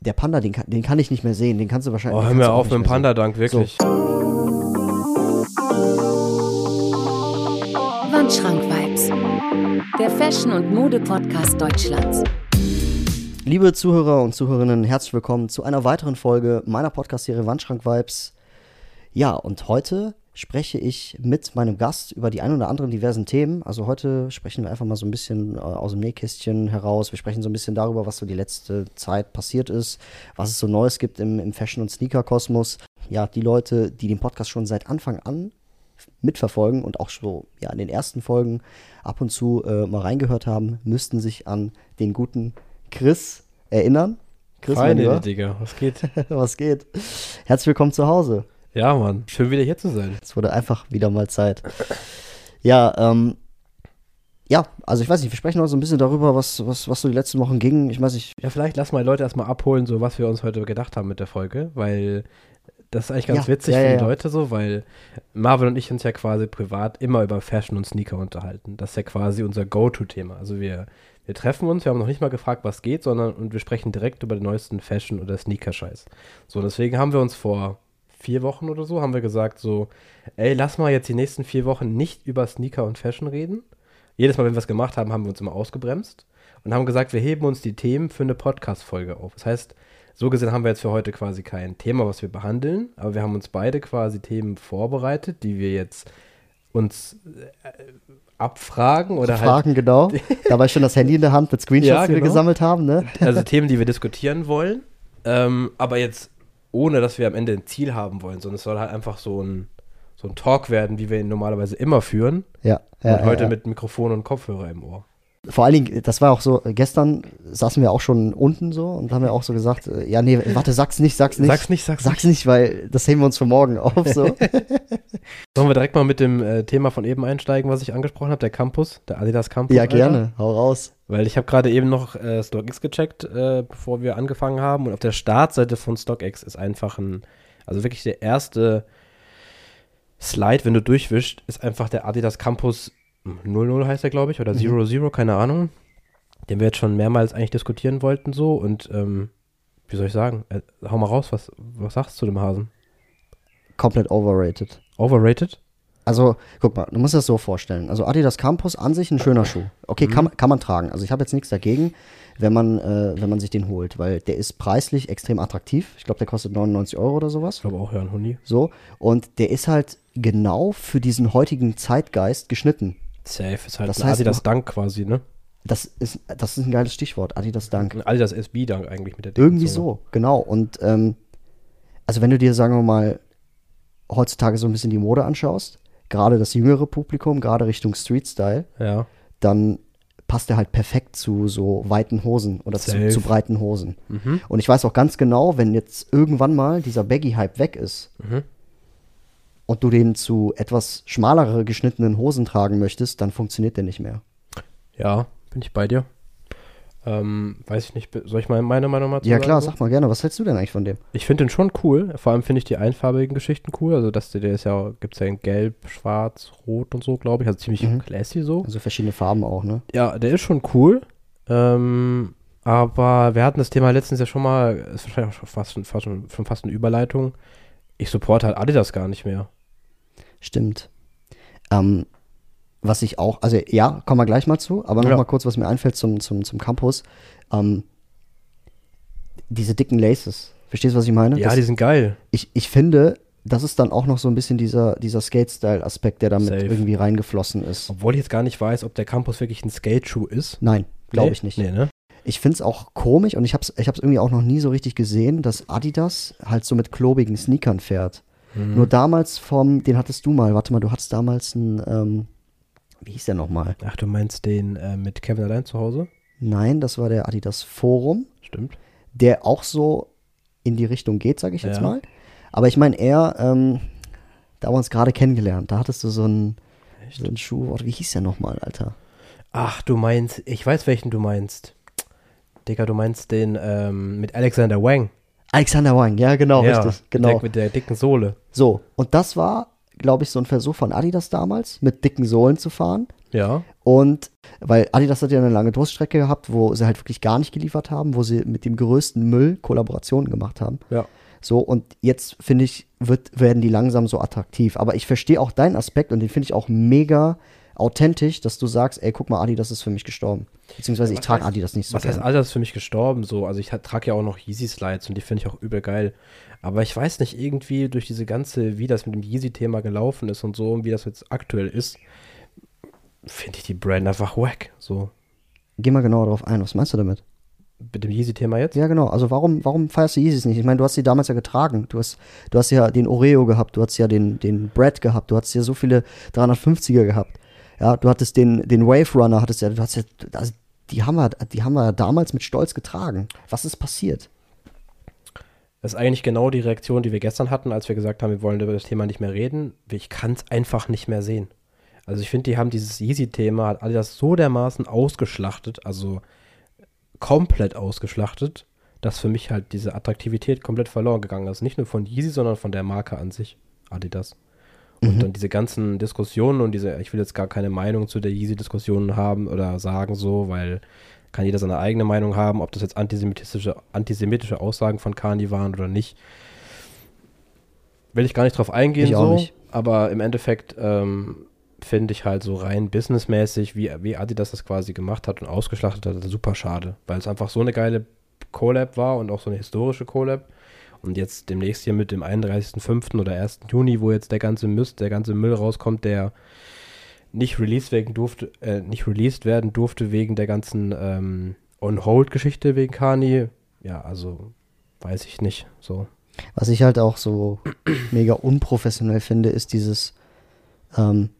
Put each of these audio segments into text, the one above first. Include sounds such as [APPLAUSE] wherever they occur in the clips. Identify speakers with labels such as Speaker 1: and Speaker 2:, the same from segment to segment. Speaker 1: der Panda, den kann, den kann ich nicht mehr sehen. Den kannst du wahrscheinlich.
Speaker 2: Oh, hör
Speaker 1: den kannst
Speaker 2: mir
Speaker 1: du auch
Speaker 2: auf
Speaker 1: nicht
Speaker 2: mit dem
Speaker 1: mehr sehen.
Speaker 2: Panda-Dank, wirklich.
Speaker 3: Wandschrank Vibes. Der Fashion- und Mode-Podcast Deutschlands.
Speaker 1: Liebe Zuhörer und Zuhörerinnen, herzlich willkommen zu einer weiteren Folge meiner Podcast-Serie Wandschrank Vibes. Ja, und heute spreche ich mit meinem Gast über die ein oder anderen diversen Themen. Also heute sprechen wir einfach mal so ein bisschen äh, aus dem Nähkästchen heraus. Wir sprechen so ein bisschen darüber, was so die letzte Zeit passiert ist, was es so Neues gibt im, im Fashion- und Sneaker-Kosmos. Ja, die Leute, die den Podcast schon seit Anfang an mitverfolgen und auch so ja, in den ersten Folgen ab und zu äh, mal reingehört haben, müssten sich an den guten Chris erinnern. Chris, mein
Speaker 2: Feine,
Speaker 1: Lieber,
Speaker 2: Digga. Was geht?
Speaker 1: [LAUGHS] was geht? Herzlich willkommen zu Hause.
Speaker 2: Ja, Mann. Schön, wieder hier zu sein.
Speaker 1: Es wurde einfach wieder mal Zeit. Ja, ähm, ja, also ich weiß nicht, wir sprechen heute so ein bisschen darüber, was, was, was so die letzten Wochen ging. Ich weiß nicht,
Speaker 2: Ja, vielleicht lass mal die Leute erstmal abholen, so was wir uns heute gedacht haben mit der Folge, weil das ist eigentlich ganz
Speaker 1: Ja,
Speaker 2: witzig
Speaker 1: ja,
Speaker 2: für die
Speaker 1: ja, ja.
Speaker 2: Leute so, weil Marvin und ich uns ja quasi privat immer über Fashion und Sneaker unterhalten. Das ist ja quasi unser Go-To-Thema. Also wir, wir treffen uns, wir haben noch nicht mal gefragt, was geht, sondern und wir sprechen direkt über den neuesten Fashion- oder Sneaker-Scheiß. So, und deswegen haben wir uns vor vier Wochen oder so, haben wir gesagt so, ey, lass mal jetzt die nächsten vier Wochen nicht über Sneaker und Fashion reden. Jedes Mal, wenn wir es gemacht haben, haben wir uns immer ausgebremst und haben gesagt, wir heben uns die Themen für eine Podcast-Folge auf. Das heißt, so gesehen haben wir jetzt für heute quasi kein Thema, was wir behandeln, aber wir haben uns beide quasi Themen vorbereitet, die wir jetzt uns äh, abfragen oder halt
Speaker 1: Fragen genau.
Speaker 2: [LAUGHS]
Speaker 1: Da war schon das Handy in der Hand mit Screenshots,
Speaker 2: Ja,
Speaker 1: die wir
Speaker 2: genau.
Speaker 1: gesammelt haben, ne?
Speaker 2: also Themen, die wir diskutieren wollen, ähm, aber jetzt ohne, dass wir am Ende ein Ziel haben wollen, sondern es soll halt einfach so ein, so ein Talk werden, wie wir ihn normalerweise immer führen.
Speaker 1: Ja. ja,
Speaker 2: und
Speaker 1: ja,
Speaker 2: heute
Speaker 1: ja.
Speaker 2: mit Mikrofon und Kopfhörer im Ohr.
Speaker 1: Vor allen Dingen, das war auch so, äh, gestern saßen wir auch schon unten so und haben ja auch so gesagt, äh, ja, nee, warte, sag's nicht, sag's nicht.
Speaker 2: Sag's nicht, sag's
Speaker 1: Sag's nicht, weil das heben wir uns für morgen auf,
Speaker 2: [LAUGHS]
Speaker 1: so.
Speaker 2: Sollen wir direkt mal mit dem äh, Thema von eben einsteigen, was ich angesprochen habe, der Campus, der Adidas Campus?
Speaker 1: ja,
Speaker 2: Alter?
Speaker 1: gerne, hau raus.
Speaker 2: Weil ich habe gerade eben noch äh, StockX gecheckt, äh, bevor wir angefangen haben. Und auf der Startseite von StockX ist einfach ein, also wirklich der erste Slide, wenn du durchwischst, ist einfach der Adidas Campus 00 heißt er, glaube ich,
Speaker 1: Mhm.
Speaker 2: oder 00, keine Ahnung. Den wir jetzt schon mehrmals eigentlich diskutieren wollten so. Und ähm, wie soll ich sagen, äh, hau mal raus, was, was sagst du zu dem Hasen?
Speaker 1: Komplett overrated.
Speaker 2: Overrated?
Speaker 1: Also, guck mal, du musst dir das so vorstellen. Also Adidas Campus an sich ein schöner Schuh. Okay, kann, kann man tragen. Also ich habe jetzt nichts dagegen, wenn man, äh, wenn man sich den holt, weil der ist preislich extrem attraktiv. Ich glaube, der kostet 99 Euro oder sowas.
Speaker 2: Ich glaube auch, ja, ein Hundi.
Speaker 1: So. Und der ist halt genau für diesen heutigen Zeitgeist geschnitten.
Speaker 2: Safe ist halt
Speaker 1: Das
Speaker 2: ein
Speaker 1: heißt,
Speaker 2: Adidas
Speaker 1: du-
Speaker 2: Dank quasi, ne?
Speaker 1: Das ist, das ist ein geiles Stichwort, Adidas Dank.
Speaker 2: Ein Adidas SB Dank eigentlich mit der dicken
Speaker 1: Irgendwie
Speaker 2: Sohle.
Speaker 1: so, genau. Und ähm, also wenn du dir, sagen wir mal, heutzutage so ein bisschen die Mode anschaust, gerade das jüngere Publikum, gerade Richtung Street Style,
Speaker 2: Ja.
Speaker 1: dann passt er halt perfekt zu so weiten Hosen oder zu,
Speaker 2: Safe. Mhm.
Speaker 1: zu breiten Hosen. Und ich weiß auch ganz genau, wenn jetzt irgendwann mal dieser Baggy-Hype weg ist
Speaker 2: Mhm.
Speaker 1: und du den zu etwas schmalere geschnittenen Hosen tragen möchtest, dann funktioniert der nicht mehr.
Speaker 2: Ja, bin ich bei dir. Ähm, weiß ich nicht, be- soll ich mal meine Meinung mal zu
Speaker 1: Ja
Speaker 2: sagen
Speaker 1: klar,
Speaker 2: so?
Speaker 1: sag mal gerne, was hältst du denn eigentlich von dem?
Speaker 2: Ich finde den schon cool. Vor allem finde ich die einfarbigen Geschichten cool. Also das, der ist ja, gibt's ja in Gelb, Schwarz, Rot und so, glaube ich. Also ziemlich classy so.
Speaker 1: Also verschiedene Farben auch, ne?
Speaker 2: Ja, der ist schon cool. Ähm, aber wir hatten das Thema letztens ja schon mal, ist wahrscheinlich auch schon fast, schon, fast, schon, schon fast eine Überleitung. Ich supporte halt Adidas gar nicht mehr.
Speaker 1: Stimmt. Ähm, was ich auch, also ja, kommen wir gleich mal zu, aber noch
Speaker 2: Ja.
Speaker 1: mal kurz, was mir einfällt zum, zum, zum Campus. Ähm, diese dicken Laces. Verstehst du, was ich meine?
Speaker 2: Ja,
Speaker 1: das,
Speaker 2: die sind geil.
Speaker 1: ich, ich finde, das ist dann auch noch so ein bisschen dieser, dieser Skate-Style-Aspekt, der damit
Speaker 2: Safe.
Speaker 1: irgendwie reingeflossen ist.
Speaker 2: Obwohl ich jetzt gar nicht weiß, ob der Campus wirklich ein Skate-Schuh ist.
Speaker 1: Nein, glaube
Speaker 2: Nee?
Speaker 1: ich nicht.
Speaker 2: Nee, ne?
Speaker 1: Ich finde es auch komisch und ich habe es ich hab's irgendwie auch noch nie so richtig gesehen, dass Adidas halt so mit klobigen Sneakern fährt.
Speaker 2: Mhm.
Speaker 1: Nur damals vom, den hattest du mal, warte mal, du hattest damals einen, ähm, wie hieß der nochmal?
Speaker 2: Ach, du meinst den äh, mit Kevin allein zu Hause?
Speaker 1: Nein, das war der Adidas Forum,
Speaker 2: Stimmt.
Speaker 1: der auch so in die Richtung geht, sage ich jetzt
Speaker 2: Ja.
Speaker 1: mal. Aber ich meine eher, ähm, da haben wir uns gerade kennengelernt, da hattest du so einen, so einen Schuh, warte, wie hieß der nochmal, Alter?
Speaker 2: Ach, du meinst, ich weiß, welchen du meinst. Digga, du meinst den ähm, mit Alexander Wang.
Speaker 1: Alexander Wang, ja genau,
Speaker 2: Ja,
Speaker 1: richtig, genau.
Speaker 2: Der, mit der dicken Sohle.
Speaker 1: So, und das war, glaube ich, so ein Versuch von Adidas damals, mit dicken Sohlen zu fahren.
Speaker 2: Ja.
Speaker 1: Und weil Adidas hat ja eine lange Durststrecke gehabt, wo sie halt wirklich gar nicht geliefert haben, wo sie mit dem größten Müll Kollaborationen gemacht haben.
Speaker 2: Ja.
Speaker 1: So, und jetzt finde ich, wird, werden die langsam so attraktiv. Aber ich verstehe auch deinen Aspekt und den finde ich auch mega authentisch, dass du sagst, ey, guck mal, Adidas ist für mich gestorben. Beziehungsweise ich
Speaker 2: was
Speaker 1: trage
Speaker 2: heißt-
Speaker 1: Adidas nicht so.
Speaker 2: Was heißt,
Speaker 1: gern.
Speaker 2: Adidas ist für mich gestorben? So, also ich trage ja auch noch Yeezy Slides und die finde ich auch übel geil. Aber ich weiß nicht, irgendwie durch diese ganze, wie das mit dem Yeezy-Thema gelaufen ist und so und wie das jetzt aktuell ist, finde ich die Brand einfach wack. So,
Speaker 1: Geh mal genauer drauf ein. Was meinst du damit?
Speaker 2: mit dem Yeezy-Thema jetzt?
Speaker 1: Ja, genau. Also warum, warum feierst du Yeezys nicht? Ich meine, du hast sie damals ja getragen. Du hast, du hast ja den Oreo gehabt, du hast ja den, den Bread gehabt, du hast ja so viele 350er gehabt. Ja, du hattest den, den Wave Runner, hattest ja, du hast ja, also die haben wir, die haben wir damals mit Stolz getragen. Was ist passiert?
Speaker 2: Das ist eigentlich genau die Reaktion, die wir gestern hatten, als wir gesagt haben, wir wollen über das Thema nicht mehr reden. Ich kann es einfach nicht mehr sehen. Also ich finde, die haben dieses Yeezy-Thema, hat Adidas so dermaßen ausgeschlachtet, also komplett ausgeschlachtet, dass für mich halt diese Attraktivität komplett verloren gegangen ist. Nicht nur von Yeezy, sondern von der Marke an sich, Adidas.
Speaker 1: Mhm.
Speaker 2: Und dann diese ganzen Diskussionen und diese, ich will jetzt gar keine Meinung zu der Yeezy-Diskussion haben oder sagen so, weil kann jeder seine eigene Meinung haben, ob das jetzt antisemitische, antisemitische Aussagen von Kani waren oder nicht. Will ich gar nicht drauf eingehen,
Speaker 1: Ich auch
Speaker 2: so,
Speaker 1: nicht.
Speaker 2: aber im Endeffekt ähm, finde ich halt so rein businessmäßig, wie, wie Adidas das quasi gemacht hat und ausgeschlachtet hat, super schade, weil es einfach so eine geile Collab war und auch so eine historische Collab. Und jetzt demnächst hier mit dem 31.05. oder 1. Juni, wo jetzt der ganze Mist, der ganze Müll rauskommt, der nicht released werden durfte, äh, nicht released werden durfte wegen der ganzen ähm, On-Hold-Geschichte wegen Kani. Ja, also weiß ich nicht. So.
Speaker 1: Was ich halt auch so mega unprofessionell finde, ist dieses, ähm,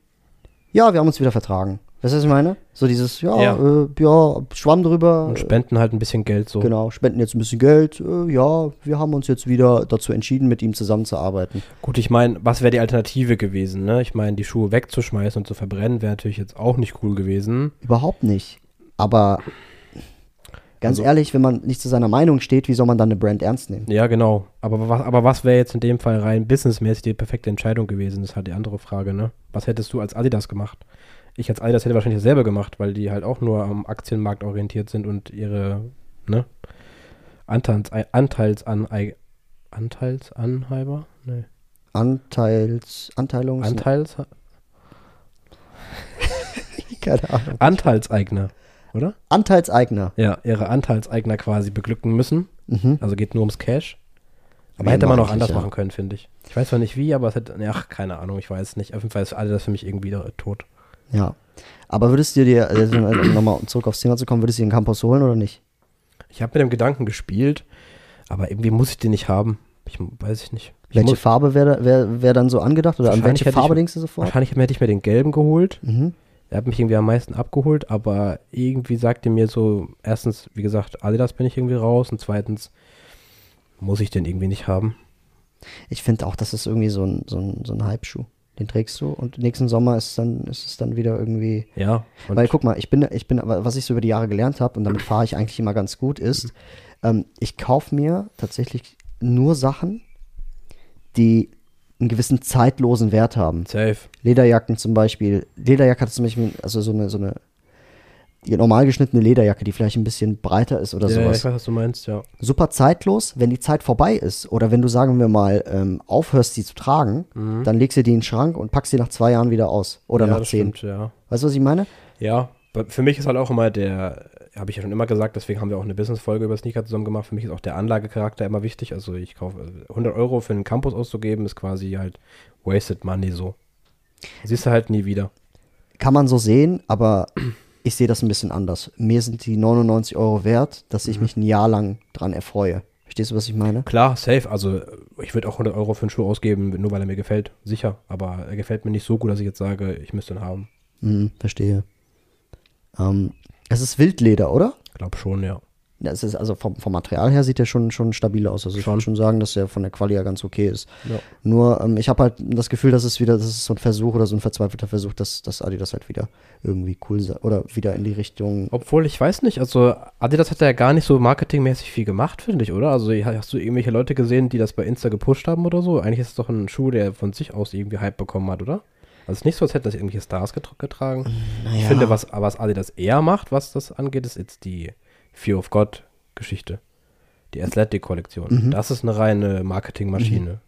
Speaker 1: ja, wir haben uns wieder vertragen. Weißt du, was ich meine? So dieses, ja,
Speaker 2: Ja.
Speaker 1: Äh, ja Schwamm drüber.
Speaker 2: Und spenden halt ein bisschen Geld so.
Speaker 1: Äh, Genau, spenden jetzt ein bisschen Geld. Äh, ja, wir haben uns jetzt wieder dazu entschieden, mit ihm zusammenzuarbeiten.
Speaker 2: Gut, ich meine, was wäre die Alternative gewesen? Ne? Ich meine, die Schuhe wegzuschmeißen und zu verbrennen wäre natürlich jetzt auch nicht cool gewesen.
Speaker 1: Überhaupt nicht. Aber ganz
Speaker 2: Also-
Speaker 1: ehrlich, wenn man nicht zu seiner Meinung steht, wie soll man dann eine Brand ernst nehmen?
Speaker 2: Ja, genau. Aber was, aber was wäre jetzt in dem Fall rein businessmäßig die perfekte Entscheidung gewesen? Das ist halt die andere Frage, ne? Was hättest du als Adidas gemacht? Ich als Adidas hätte wahrscheinlich dasselbe gemacht, weil die halt auch nur am Aktienmarkt orientiert sind und ihre, ne? Anteils, Anteils an, Anteilsanheiber? Nee.
Speaker 1: Anteils, Anteilungs...
Speaker 2: Anteils,
Speaker 1: Keine Ahnung.
Speaker 2: Anteilseigner, oder?
Speaker 1: Anteilseigner.
Speaker 2: Ja, ihre Anteilseigner quasi beglücken müssen.
Speaker 1: Mhm.
Speaker 2: Also geht nur ums Cash. Aber
Speaker 1: Wie
Speaker 2: hätte man
Speaker 1: immer
Speaker 2: auch
Speaker 1: eigentlich,
Speaker 2: anders
Speaker 1: ja.
Speaker 2: machen können, finde ich. Ich weiß zwar nicht wie, aber es hätte, ne, ach, keine Ahnung, ich weiß nicht. Auf jeden Fall ist alle das für mich irgendwie äh, tot.
Speaker 1: Ja. Aber würdest du dir, äh, nochmal um zurück aufs Thema zu kommen, würdest du den Campus holen oder nicht?
Speaker 2: Ich habe mit dem Gedanken gespielt, aber irgendwie muss ich den nicht haben. Ich mu- weiß ich nicht. Ich
Speaker 1: Welche
Speaker 2: muss,
Speaker 1: Farbe wäre wär, wär dann so angedacht? Oder an
Speaker 2: Wahrscheinlich
Speaker 1: welche
Speaker 2: hätte ich-
Speaker 1: Farbe denkst du
Speaker 2: [LAUGHS]
Speaker 1: sofort?
Speaker 2: wahrscheinlich hätte ich mir den gelben geholt.
Speaker 1: Mhm.
Speaker 2: Der hat mich irgendwie am meisten abgeholt, aber irgendwie sagte mir so, erstens, wie gesagt, Adidas bin ich irgendwie raus und zweitens muss ich den irgendwie nicht haben.
Speaker 1: Ich finde auch, das ist irgendwie so ein, so ein, so ein Halbschuh. Den trägst du und nächsten Sommer ist, dann, ist es dann wieder irgendwie.
Speaker 2: Ja. Und
Speaker 1: Weil guck mal, ich bin, ich bin, aber was ich so über die Jahre gelernt habe und damit fahre ich eigentlich immer ganz gut, ist,
Speaker 2: Mhm.
Speaker 1: ähm, ich kaufe mir tatsächlich nur Sachen, die einen gewissen zeitlosen Wert haben.
Speaker 2: safe.
Speaker 1: Lederjacken zum Beispiel. Lederjacke hat zum Beispiel, also so eine, so eine die normal geschnittene Lederjacke, die vielleicht ein bisschen breiter ist oder
Speaker 2: Ja, ja,
Speaker 1: sowas
Speaker 2: ich weiß, was du meinst, ja.
Speaker 1: super zeitlos, wenn die Zeit vorbei ist oder wenn du, sagen wir mal, ähm, aufhörst, die zu tragen, dann legst du die in den Schrank und packst sie nach zwei Jahren wieder aus oder
Speaker 2: Mhm. ja,
Speaker 1: nach
Speaker 2: das
Speaker 1: zehn.
Speaker 2: Stimmt, ja.
Speaker 1: Weißt du, was ich meine?
Speaker 2: Ja, bei- für mich ist halt auch immer der, habe ich ja schon immer gesagt, deswegen haben wir auch eine Business-Folge über Sneaker zusammen gemacht. Für mich ist auch der Anlagecharakter immer wichtig. Also ich kaufe also 100 Euro für einen Campus auszugeben, ist quasi halt wasted money so. Siehst du halt nie wieder.
Speaker 1: Kann man so sehen, aber ich sehe das ein bisschen anders. Mir sind die 99 Euro wert, dass
Speaker 2: Mhm.
Speaker 1: ich mich ein Jahr lang dran erfreue. Verstehst du, was ich meine?
Speaker 2: Klar, safe. Also ich würde auch 100 Euro für einen Schuh ausgeben, nur weil er mir gefällt. Sicher. Aber er gefällt mir nicht so gut, dass ich jetzt sage, ich müsste ihn haben.
Speaker 1: Hm, verstehe. Ähm, es ist Wildleder, oder?
Speaker 2: Glaub schon, ja.
Speaker 1: Das ist also vom, vom Material her sieht der schon, schon stabil aus. Also ich würde schon sagen, dass der von der Quali ja ganz okay ist.
Speaker 2: Ja.
Speaker 1: Nur ähm, ich habe halt das Gefühl, dass es wieder, das ist so ein Versuch oder so ein verzweifelter Versuch, dass, dass Adidas halt wieder irgendwie cool sei oder wieder in die Richtung.
Speaker 2: Obwohl, ich weiß nicht, also Adidas hat ja gar nicht so marketingmäßig viel gemacht, finde ich, oder? Also hast du irgendwelche Leute gesehen, die das bei Insta gepusht haben oder so? Eigentlich ist es doch ein Schuh, der von sich aus irgendwie Hype bekommen hat, oder? Also es ist nicht so, als hätten das irgendwelche Stars getr- getragen. Ich
Speaker 1: ja.
Speaker 2: finde, was, was Adidas eher macht, was das angeht, ist jetzt die Fear of God-Geschichte. Die Athletic-Kollektion. Das ist eine reine Marketingmaschine.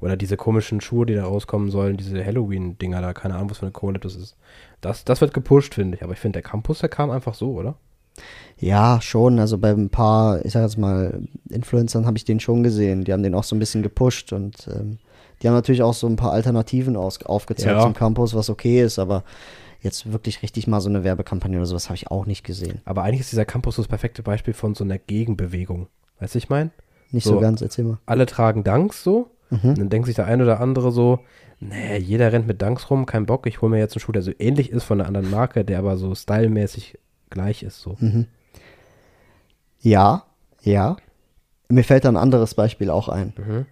Speaker 2: Oder diese komischen Schuhe, die da rauskommen sollen, diese Halloween-Dinger da, keine Ahnung, was für eine Collab das ist. Das, das wird gepusht, finde ich. Aber ich finde, der Campus, der kam einfach so, oder?
Speaker 1: Ja, schon. Also bei ein paar, ich sag jetzt mal, Influencern habe ich den schon gesehen. Die haben den auch so ein bisschen gepusht und ähm, die haben natürlich auch so ein paar Alternativen aus, aufgezeigt
Speaker 2: Ja.
Speaker 1: zum Campus, was okay ist, aber jetzt wirklich richtig mal so eine Werbekampagne oder sowas habe ich auch nicht gesehen.
Speaker 2: Aber eigentlich ist dieser Campus so das perfekte Beispiel von so einer Gegenbewegung. Weißt du, ich meine?
Speaker 1: Nicht so, ganz, erzähl mal.
Speaker 2: alle tragen Dunks so. Und dann denkt sich der eine oder andere so, nee, jeder rennt mit Dunks rum, kein Bock, ich hole mir jetzt einen Schuh, der so ähnlich ist von einer anderen Marke, der aber so stylmäßig gleich ist. So.
Speaker 1: Ja, ja. Mir fällt da ein anderes Beispiel auch ein.
Speaker 2: Mhm.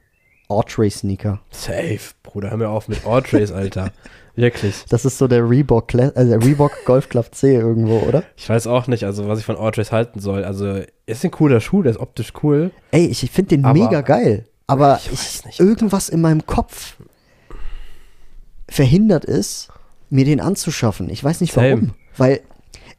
Speaker 1: Autry Sneaker.
Speaker 2: Safe, Bruder, hör mir auf mit Ortrays, Alter. Wirklich.
Speaker 1: Das ist so der Reebok, Cla- äh, der
Speaker 2: [LAUGHS]
Speaker 1: Reebok Golf Club C irgendwo, oder?
Speaker 2: Ich weiß auch nicht, also was ich von Ortrays halten soll. Also, ist ein cooler Schuh, der ist optisch cool.
Speaker 1: Ey, ich finde den
Speaker 2: Aber-
Speaker 1: mega geil. Aber
Speaker 2: Ich weiß
Speaker 1: ich
Speaker 2: nicht.
Speaker 1: irgendwas in meinem Kopf verhindert es, mir den anzuschaffen. Ich weiß nicht
Speaker 2: Same.
Speaker 1: warum. Weil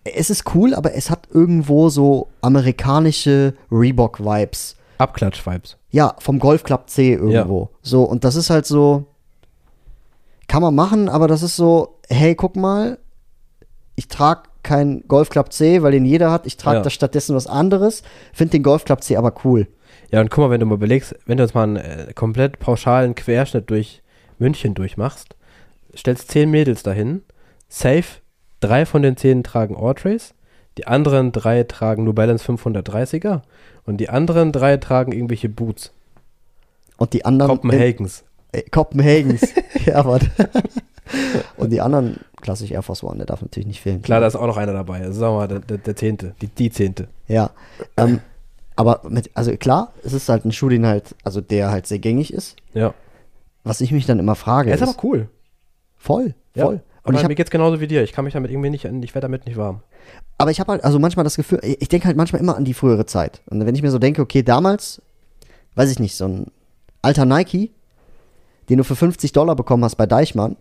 Speaker 1: es ist cool, aber es hat irgendwo so amerikanische Reebok-Vibes.
Speaker 2: Abklatsch-Vibes.
Speaker 1: Ja, vom Golf Club C irgendwo. So, und das ist halt so, kann man machen, aber das ist so, hey, guck mal, ich trage kein Golf Club C, weil den jeder hat. Ich trage
Speaker 2: Ja.
Speaker 1: da stattdessen was anderes, finde den Golf Club C aber cool.
Speaker 2: Ja, und guck mal, wenn du mal überlegst, wenn du jetzt mal einen äh, komplett pauschalen Querschnitt durch München durchmachst, stellst zehn Mädels dahin, safe, drei von den zehn tragen Ortrays, die anderen drei tragen New Balance 530er und die anderen drei tragen irgendwelche Boots.
Speaker 1: Und die anderen.
Speaker 2: Copenhagens.
Speaker 1: Äh, Copenhagens. [LAUGHS] ja, warte. Und die anderen, klassisch Air Force One, der darf natürlich nicht fehlen.
Speaker 2: Klar, da ist auch noch einer dabei. Also sagen wir mal, der, der, der Zehnte, die, die Zehnte.
Speaker 1: Ja. Ähm, aber mit, also klar, es ist halt ein Schuh, den halt, also der halt sehr gängig ist.
Speaker 2: Ja.
Speaker 1: Was ich mich dann immer frage,
Speaker 2: Der
Speaker 1: ist,
Speaker 2: ist aber cool.
Speaker 1: voll,
Speaker 2: Ja.
Speaker 1: voll. Und
Speaker 2: Aber
Speaker 1: ich hab,
Speaker 2: mir geht's genauso wie dir. Ich kann mich damit irgendwie nicht, ich werde damit nicht warm.
Speaker 1: aber ich habe halt, also manchmal das Gefühl, ich denke halt manchmal immer an die frühere Zeit. Und wenn ich mir so denke, okay, damals, weiß ich nicht, so ein alter Nike, den du für 50 Dollar bekommen hast bei Deichmann.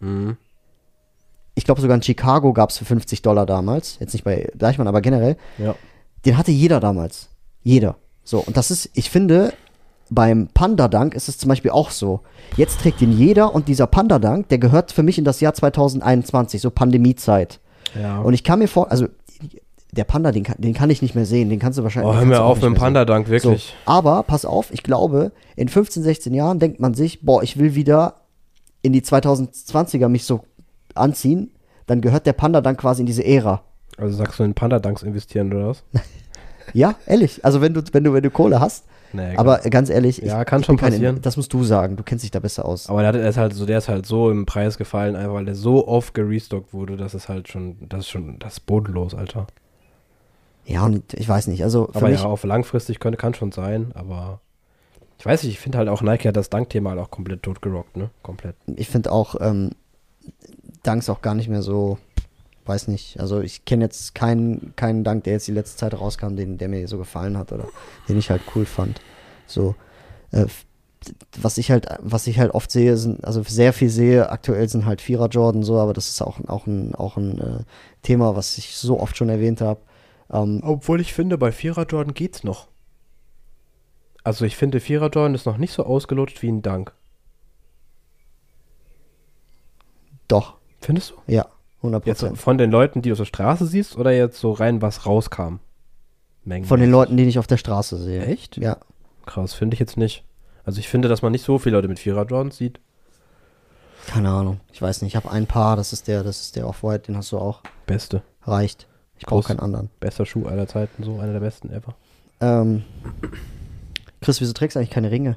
Speaker 1: Ich glaube sogar in Chicago gab es für 50 Dollar damals. Jetzt nicht bei Deichmann, aber generell.
Speaker 2: Ja.
Speaker 1: den hatte jeder damals. Jeder. So, und das ist, ich finde, beim Panda-Dank ist es zum Beispiel auch so. Jetzt trägt ihn jeder und dieser Panda-Dank, der gehört für mich in das Jahr 2021, so Pandemiezeit.
Speaker 2: Ja.
Speaker 1: Und ich kann mir vor, also der Panda, den kann, den kann ich nicht mehr sehen, den kannst du wahrscheinlich
Speaker 2: Oh, hör
Speaker 1: den kannst
Speaker 2: mir
Speaker 1: du auch
Speaker 2: auf
Speaker 1: nicht
Speaker 2: mit dem
Speaker 1: mehr sehen.
Speaker 2: Panda-Dank, wirklich.
Speaker 1: So, aber pass auf, ich glaube, in 15, 16 Jahren denkt man sich, boah, ich will wieder in die 2020er mich so anziehen, dann gehört der Panda dann quasi in diese Ära.
Speaker 2: Also sagst du in Panda-Danks investieren
Speaker 1: [LAUGHS]
Speaker 2: oder was?
Speaker 1: Ja, ehrlich. Also wenn du, wenn du, wenn du Kohle hast.
Speaker 2: Nee,
Speaker 1: aber ganz ehrlich,
Speaker 2: Ja, kann
Speaker 1: ich
Speaker 2: schon
Speaker 1: bin kein-
Speaker 2: passieren.
Speaker 1: Das musst du sagen. Du kennst dich da besser aus.
Speaker 2: Aber der, hat- der ist halt so, der ist halt so im Preis gefallen, einfach weil der so oft gerestockt wurde, dass es halt schon, das ist schon, das ist bodenlos, Alter.
Speaker 1: Ja, und ich weiß nicht. Also für
Speaker 2: Aber
Speaker 1: mich,
Speaker 2: ja, auf langfristig könnte, kann schon sein, aber ich weiß nicht, ich finde halt auch Nike hat das Dankthema halt auch komplett totgerockt, ne? Komplett.
Speaker 1: ich finde auch ähm, Danks auch gar nicht mehr so. Weiß nicht. Also ich kenne jetzt keinen, keinen Dank, der jetzt die letzte Zeit rauskam, den, der mir so gefallen hat oder den ich halt cool fand. So. Äh, f- was ich halt, was ich halt oft sehe, sind, also sehr viel sehe, aktuell sind halt Vierer Jordan so, aber das ist auch, auch ein, auch ein äh, Thema, was ich so oft schon erwähnt habe. Ähm,
Speaker 2: Obwohl ich finde, bei Vierer Jordan geht's noch. Also ich finde, Vierer Jordan ist noch nicht so ausgelutscht wie ein Dank.
Speaker 1: Doch,
Speaker 2: Findest du?
Speaker 1: ja, 100
Speaker 2: Jetzt
Speaker 1: Prozent.
Speaker 2: von den Leuten, die du auf der Straße siehst oder jetzt so rein, was rauskam? Mengen.
Speaker 1: Von den Leuten, die ich auf der Straße sehe.
Speaker 2: Echt?
Speaker 1: Ja.
Speaker 2: Krass, finde ich jetzt nicht. Also ich finde, dass man nicht so viele Leute mit Vierer Jordans sieht.
Speaker 1: Keine Ahnung. Ich weiß nicht. Ich habe ein Paar, das ist der, das ist der Off-White, den hast du auch.
Speaker 2: Beste.
Speaker 1: Reicht. Ich brauche
Speaker 2: Groß.
Speaker 1: keinen anderen.
Speaker 2: Bester Schuh aller Zeiten, so einer der besten ever.
Speaker 1: Ähm, Chris, wieso trägst du eigentlich keine Ringe?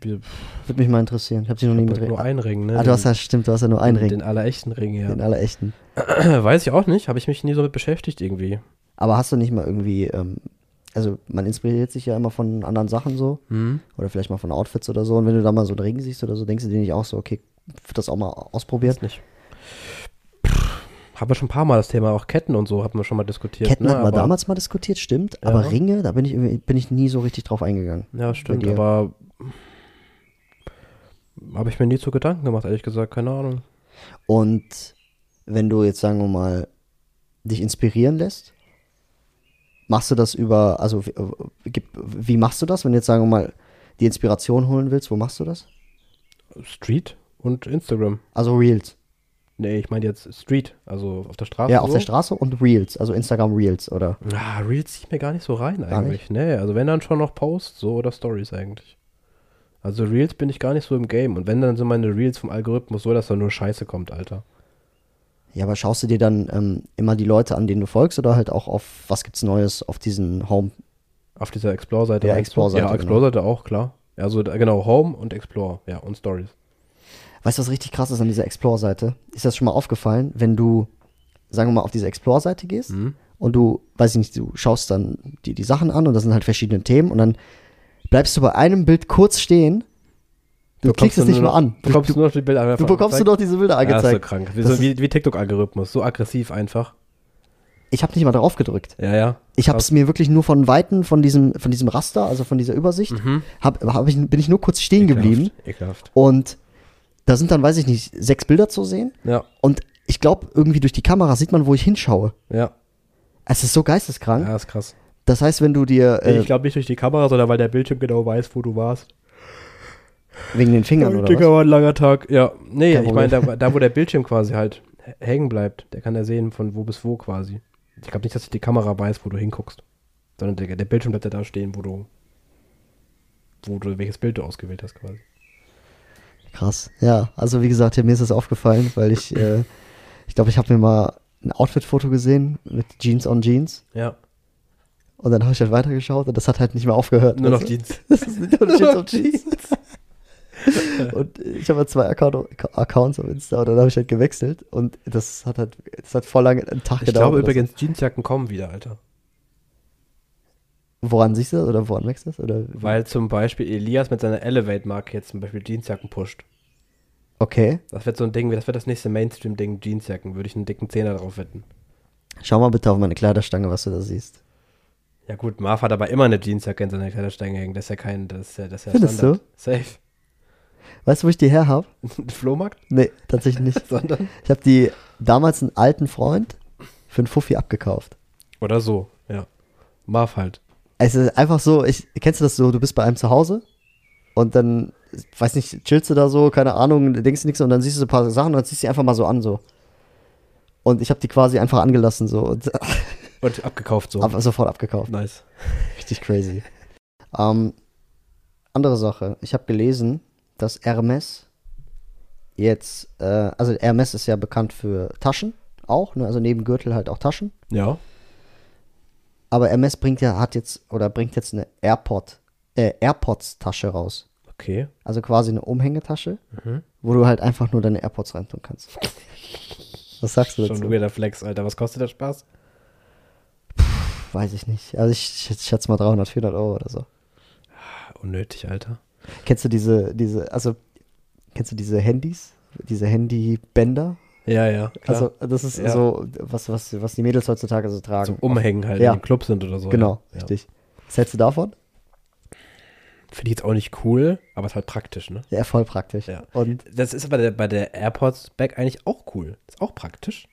Speaker 2: Wir,
Speaker 1: Würde mich mal interessieren. Ich habe sie noch nie mit
Speaker 2: nur
Speaker 1: Ringen.
Speaker 2: einen Ring, ne?
Speaker 1: Ah, du hast ja, stimmt, du hast ja nur einen Ring.
Speaker 2: Den allerechten Ring, ja. [CLEARS THROAT]
Speaker 1: Den allerechten.
Speaker 2: Weiß ich auch nicht, habe ich mich nie so mit beschäftigt irgendwie.
Speaker 1: Aber hast du nicht mal irgendwie, ähm, also man inspiriert sich ja immer von anderen Sachen so.
Speaker 2: Mhm.
Speaker 1: Oder vielleicht mal von Outfits oder so. Und wenn du da mal so einen Ring siehst oder so, denkst du dir nicht auch so, okay, wird das auch mal ausprobiert?
Speaker 2: Nicht. Pff, Haben wir schon ein paar Mal das Thema, auch Ketten und so, haben wir schon mal diskutiert.
Speaker 1: Ketten
Speaker 2: ne?
Speaker 1: hatten wir
Speaker 2: aber,
Speaker 1: damals mal diskutiert, stimmt. Aber Ringe, da bin ich, irgendwie- bin ich nie so richtig drauf eingegangen.
Speaker 2: Ja, stimmt,
Speaker 1: dir.
Speaker 2: aber habe ich mir nie zu Gedanken gemacht, ehrlich gesagt, keine Ahnung.
Speaker 1: Und wenn du jetzt, sagen wir mal, dich inspirieren lässt, machst du das über, also wie, äh, gib- wie machst du das, wenn du jetzt, sagen wir mal, die Inspiration holen willst, wo machst du das?
Speaker 2: Street und Instagram.
Speaker 1: Also Reels.
Speaker 2: Nee, ich meine jetzt Street, also auf der Straße.
Speaker 1: ja, auf
Speaker 2: so.
Speaker 1: der Straße und Reels, also Instagram Reels, oder?
Speaker 2: Ah, Reels zieht mir gar nicht so rein
Speaker 1: Gar
Speaker 2: eigentlich. Nee, also wenn dann schon noch Posts, so oder Stories eigentlich. Also Reels bin ich gar nicht so im Game. Und wenn dann sind meine Reels vom Algorithmus so, dass da nur Scheiße kommt, Alter.
Speaker 1: Ja, aber schaust du dir dann ähm, immer die Leute an, denen du folgst, oder halt auch auf, was gibt's Neues auf diesen Home?
Speaker 2: Auf dieser Explore-Seite.
Speaker 1: Ja,
Speaker 2: meinst du?
Speaker 1: Explore-Seite, genau.
Speaker 2: Ja, Explore-Seite auch, klar. Also da- genau, Home und Explore, ja, und Stories.
Speaker 1: Weißt du, was richtig krass ist an dieser Explore-Seite? Ist das schon mal aufgefallen, wenn du, sagen wir mal, auf diese Explore-Seite gehst
Speaker 2: Mhm.
Speaker 1: und du, weiß ich nicht, du schaust dann die, die Sachen an und das sind halt verschiedene Themen und dann bleibst du bei einem Bild kurz stehen, du,
Speaker 2: bekommst
Speaker 1: klickst es nicht
Speaker 2: nur
Speaker 1: mehr
Speaker 2: noch-
Speaker 1: an.
Speaker 2: Du bekommst
Speaker 1: du,
Speaker 2: nur noch die Bilder
Speaker 1: du bekommst nur noch diese Bilder
Speaker 2: angezeigt. Ja, ist so
Speaker 1: angezeigt.
Speaker 2: krank. Wie,
Speaker 1: Das
Speaker 2: so, wie, wie TikTok-Algorithmus, so aggressiv einfach.
Speaker 1: ich habe nicht mal drauf gedrückt.
Speaker 2: Ja, ja.
Speaker 1: Ich habe es mir wirklich nur von Weitem, von diesem, von diesem Raster, also von dieser Übersicht, hab, hab ich, bin ich nur kurz stehen geblieben.
Speaker 2: Mhm. Ekelhaft, Ekelhaft.
Speaker 1: Und da sind dann, weiß ich nicht, sechs Bilder zu sehen.
Speaker 2: Ja,
Speaker 1: Und ich glaube, irgendwie durch die Kamera sieht man, wo ich hinschaue.
Speaker 2: ja.
Speaker 1: Es ist so geisteskrank.
Speaker 2: Ja, ist krass.
Speaker 1: Das heißt, wenn du dir äh,
Speaker 2: ich glaube nicht durch die Kamera, sondern weil der Bildschirm genau weiß, wo du warst.
Speaker 1: wegen den Fingern oder was?
Speaker 2: war ein langer Tag. Ja, nee,
Speaker 1: Kein
Speaker 2: ich meine, da, da wo der Bildschirm quasi halt h- hängen bleibt, der kann ja sehen, von wo bis wo quasi. Ich glaube nicht, dass die Kamera weiß, wo du hinguckst. Sondern der, der Bildschirm bleibt ja da stehen, wo du, wo du, welches Bild du ausgewählt hast quasi.
Speaker 1: Krass. Ja, also wie gesagt, mir ist das aufgefallen, weil ich, äh, ich glaube, ich habe mir mal ein Outfit-Foto gesehen mit Jeans on Jeans.
Speaker 2: Ja.
Speaker 1: Und dann habe ich halt weitergeschaut und das hat halt nicht mehr aufgehört.
Speaker 2: Nur noch
Speaker 1: Also, [LAUGHS]
Speaker 2: Jeans.
Speaker 1: Das ist nicht nur noch Jeans on
Speaker 2: [LAUGHS]
Speaker 1: Jeans. Und ich habe halt zwei Account Accounts auf Insta und dann habe ich halt gewechselt und das hat halt, das hat voll lange einen Tag
Speaker 2: Ich
Speaker 1: gedauert.
Speaker 2: glaube
Speaker 1: genau, das-
Speaker 2: übrigens, Jeansjacken kommen wieder, Alter.
Speaker 1: Woran siehst du das oder woran wächst das? Oder?
Speaker 2: Weil zum Beispiel Elias mit seiner Elevate-Marke jetzt zum Beispiel Jeansjacken pusht.
Speaker 1: Okay,
Speaker 2: Das wird so ein Ding, das wird das nächste Mainstream-Ding, Jeansjacken. Würde ich einen dicken Zehner drauf wetten.
Speaker 1: schau mal bitte auf meine Kleiderstange, was du da siehst.
Speaker 2: Ja gut, Marv hat aber immer eine Jeansjacke in seiner Kleiderstange hängen. Das ist ja kein, das ist ja, das ist ja
Speaker 1: Findest
Speaker 2: Standard. Safe.
Speaker 1: [LAUGHS] Weißt du, wo ich die her habe?
Speaker 2: Ein Flohmarkt?
Speaker 1: Nee, tatsächlich nicht.
Speaker 2: Sondern?
Speaker 1: Ich habe die damals einen alten Freund für einen Fuffi abgekauft.
Speaker 2: Oder so, ja. Marv halt.
Speaker 1: Es ist einfach so, ich, kennst du das so, du bist bei einem zu Hause und dann, weiß nicht, chillst du da so, keine Ahnung, denkst du nichts und dann siehst du so ein paar Sachen und dann ziehst du die einfach mal so an so. Und ich habe die quasi einfach angelassen so und
Speaker 2: Und abgekauft so.
Speaker 1: hab sofort abgekauft.
Speaker 2: nice.
Speaker 1: Richtig crazy. Ähm, andere Sache, ich habe gelesen, dass Hermes jetzt, äh, also Hermes ist ja bekannt für Taschen auch, ne? also neben Gürtel halt auch Taschen.
Speaker 2: Ja.
Speaker 1: Aber MS bringt ja, hat jetzt, oder bringt jetzt eine AirPod, äh, AirPods-Tasche raus.
Speaker 2: Okay.
Speaker 1: Also quasi eine Umhängetasche, wo du halt einfach nur deine AirPods reintun kannst. Was sagst du
Speaker 2: Schon ein
Speaker 1: dazu?
Speaker 2: weirder Flex, Alter. Was kostet der Spaß?
Speaker 1: Weiß ich nicht. Also ich schätz- schätze mal 300, 400 Euro oder so.
Speaker 2: Ah, Unnötig, Alter.
Speaker 1: Kennst du diese, diese, also, kennst du diese Handys? Diese Handybänder?
Speaker 2: Ja, ja.
Speaker 1: Also,
Speaker 2: Klar.
Speaker 1: das ist
Speaker 2: Ja.
Speaker 1: so, was, was, was die Mädels heutzutage so tragen.
Speaker 2: Zum Umhängen halt,
Speaker 1: Ja.
Speaker 2: wenn die im Club sind oder so.
Speaker 1: Genau,
Speaker 2: ja.
Speaker 1: richtig. Was hältst du davon?
Speaker 2: Ja. Finde ich jetzt auch nicht cool, aber es ist halt praktisch, ne?
Speaker 1: Ja, voll praktisch.
Speaker 2: Ja.
Speaker 1: Und,
Speaker 2: Das ist bei der, bei der AirPods Back eigentlich auch cool. Ist auch praktisch.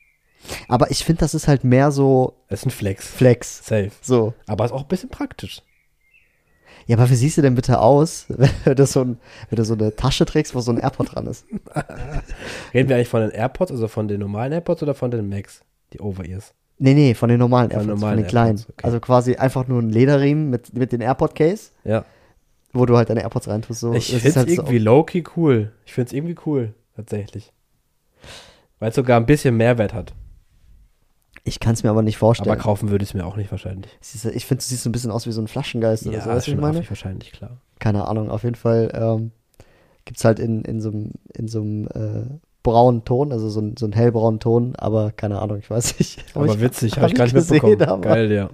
Speaker 1: aber ich finde, das ist halt mehr so
Speaker 2: Das ist ein Flex.
Speaker 1: Flex.
Speaker 2: Safe.
Speaker 1: So.
Speaker 2: Aber ist auch ein bisschen praktisch.
Speaker 1: Ja, aber wie siehst du denn bitte aus, [LAUGHS] wenn du so, ein, wenn du so eine Tasche trägst, wo so ein AirPod dran ist?
Speaker 2: Reden wir eigentlich von den AirPods, also von den normalen AirPods oder von den Max, die Over-Ears?
Speaker 1: Nee, nee, von den normalen AirPods, von,
Speaker 2: normalen
Speaker 1: den kleinen.
Speaker 2: AirPods, okay.
Speaker 1: Also quasi einfach nur ein Lederriemen mit, mit den AirPod-Case,
Speaker 2: Ja.
Speaker 1: wo du halt deine AirPods reintust. So.
Speaker 2: Ich
Speaker 1: Das ist
Speaker 2: find's
Speaker 1: halt so-
Speaker 2: irgendwie low-key cool. Ich find's irgendwie cool, tatsächlich. Weil es sogar ein bisschen Mehrwert hat.
Speaker 1: Ich kann es mir aber nicht
Speaker 2: Aber
Speaker 1: vorstellen.
Speaker 2: kaufen würde ich es mir auch nicht wahrscheinlich.
Speaker 1: Es ist- ich finde, du siehst so ein bisschen aus wie so ein Flaschengeist oder so,
Speaker 2: das
Speaker 1: weißt du, was ich meine?
Speaker 2: wahrscheinlich, klar.
Speaker 1: Keine Ahnung, auf jeden Fall ähm, gibt es halt in, in so einem, in so einem äh, braunen Ton, also so, ein, so einen hellbraunen Ton, aber keine Ahnung, ich weiß nicht. ob
Speaker 2: Aber
Speaker 1: ich-
Speaker 2: witzig,
Speaker 1: hab
Speaker 2: habe ich gar
Speaker 1: ich
Speaker 2: nicht
Speaker 1: gesehen,
Speaker 2: mitbekommen.
Speaker 1: aber-
Speaker 2: Geil, ja.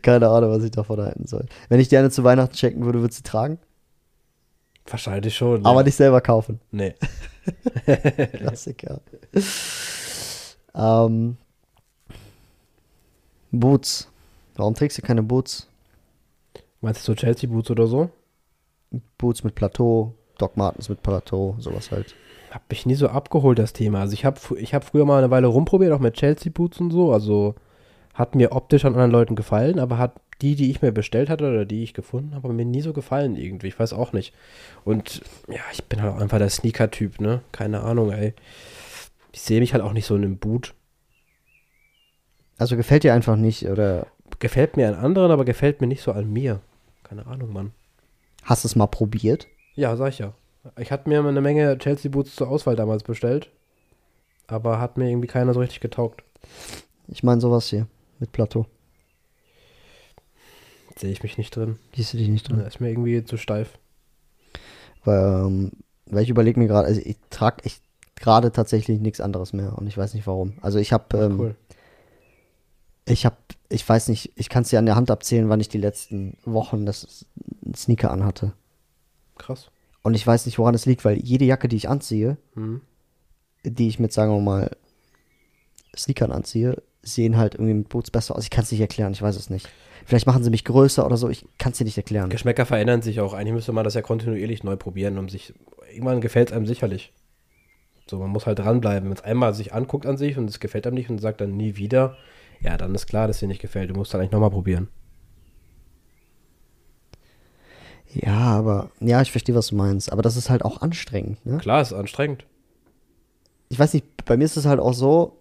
Speaker 1: Keine Ahnung, was ich davon halten soll. Wenn ich dir eine zu Weihnachten schenken würde, würdest du sie tragen,
Speaker 2: Wahrscheinlich schon. ja.
Speaker 1: aber nicht selber
Speaker 2: [LAUGHS]
Speaker 1: kaufen.
Speaker 2: Nee.
Speaker 1: Klassiker. ähm, Boots. Warum trägst du keine Boots?
Speaker 2: Meinst du so Chelsea-Boots oder so?
Speaker 1: Boots mit Plateau, Doc Martens mit Plateau, sowas halt.
Speaker 2: Hab mich nie so abgeholt, das Thema. Also ich habe ich hab früher mal eine Weile rumprobiert, auch mit Chelsea Boots und so. Also hat mir optisch an anderen Leuten gefallen, aber hat die, die ich mir bestellt hatte oder die ich gefunden habe, mir nie so gefallen irgendwie. Ich weiß auch nicht. Und ja, ich bin halt auch einfach der Sneaker-Typ, ne? Keine Ahnung, ey. Ich sehe mich halt auch nicht so in einem Boot.
Speaker 1: Also gefällt dir einfach nicht oder
Speaker 2: Gefällt mir an anderen, aber gefällt mir nicht so an mir. Keine Ahnung, Mann.
Speaker 1: hast du es mal probiert?
Speaker 2: Ja, sag ich ja. Ich hatte mir eine Menge Chelsea Boots zur Auswahl damals bestellt, aber hat mir irgendwie keiner so richtig getaugt.
Speaker 1: Ich meine sowas hier mit Plateau.
Speaker 2: Sehe ich mich nicht drin.
Speaker 1: Siehst du dich nicht drin?
Speaker 2: Ist mir irgendwie zu steif.
Speaker 1: Weil, ähm, weil ich überlege mir gerade, also ich trage ich gerade tatsächlich nichts anderes mehr und ich weiß nicht warum. Also ich habe, ähm,
Speaker 2: Cool.
Speaker 1: ich habe, ich weiß nicht, ich kann es dir an der Hand abzählen, wann ich die letzten Wochen das Sneaker anhatte.
Speaker 2: Krass.
Speaker 1: Und ich weiß nicht, woran es liegt, weil jede Jacke, die ich anziehe,
Speaker 2: Mhm.
Speaker 1: die ich mit, sagen wir mal, Sneakern anziehe, sehen halt irgendwie mit Boots besser aus. Ich kann es nicht erklären, ich weiß es nicht. Vielleicht machen sie mich größer oder so, ich kann es dir nicht erklären.
Speaker 2: Geschmäcker verändern sich auch. Eigentlich müsste man das ja kontinuierlich neu probieren, um sich. Irgendwann gefällt es einem sicherlich. So, man muss halt dranbleiben. Wenn es einmal sich anguckt an sich und es gefällt einem nicht und sagt dann nie wieder, ja, dann ist klar, dass dir nicht gefällt. Du musst dann eigentlich nochmal probieren.
Speaker 1: Ja, aber, ja, ich verstehe, was du meinst. Aber das ist halt auch anstrengend, ne?
Speaker 2: Klar, ist anstrengend.
Speaker 1: ich weiß nicht, bei mir ist es halt auch so,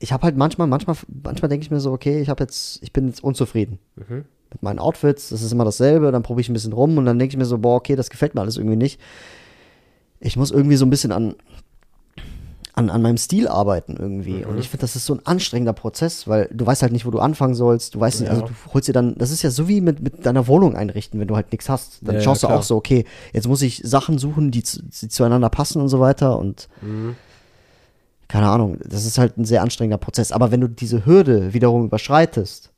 Speaker 1: ich habe halt manchmal, manchmal, manchmal denke ich mir so, okay, ich habe jetzt, ich bin jetzt unzufrieden
Speaker 2: Mhm.
Speaker 1: mit meinen Outfits, das ist immer dasselbe, dann probiere ich ein bisschen rum und dann denke ich mir so, boah, okay, das gefällt mir alles irgendwie nicht. Ich muss irgendwie so ein bisschen an, an, an meinem Stil arbeiten irgendwie. Und
Speaker 2: Mhm.
Speaker 1: ich finde, das ist so ein anstrengender Prozess, weil du weißt halt nicht, wo du anfangen sollst. Du weißt nicht, also
Speaker 2: Ja.
Speaker 1: du holst dir dann, das ist ja so wie mit, mit deiner Wohnung einrichten, wenn du halt nichts hast. Dann
Speaker 2: Ja, ja,
Speaker 1: schaust du auch
Speaker 2: klar.
Speaker 1: so, okay, jetzt muss ich Sachen suchen, die, zu, die zueinander passen und so weiter und keine Ahnung, das ist halt ein sehr anstrengender Prozess. Aber wenn du diese Hürde wiederum überschreitest,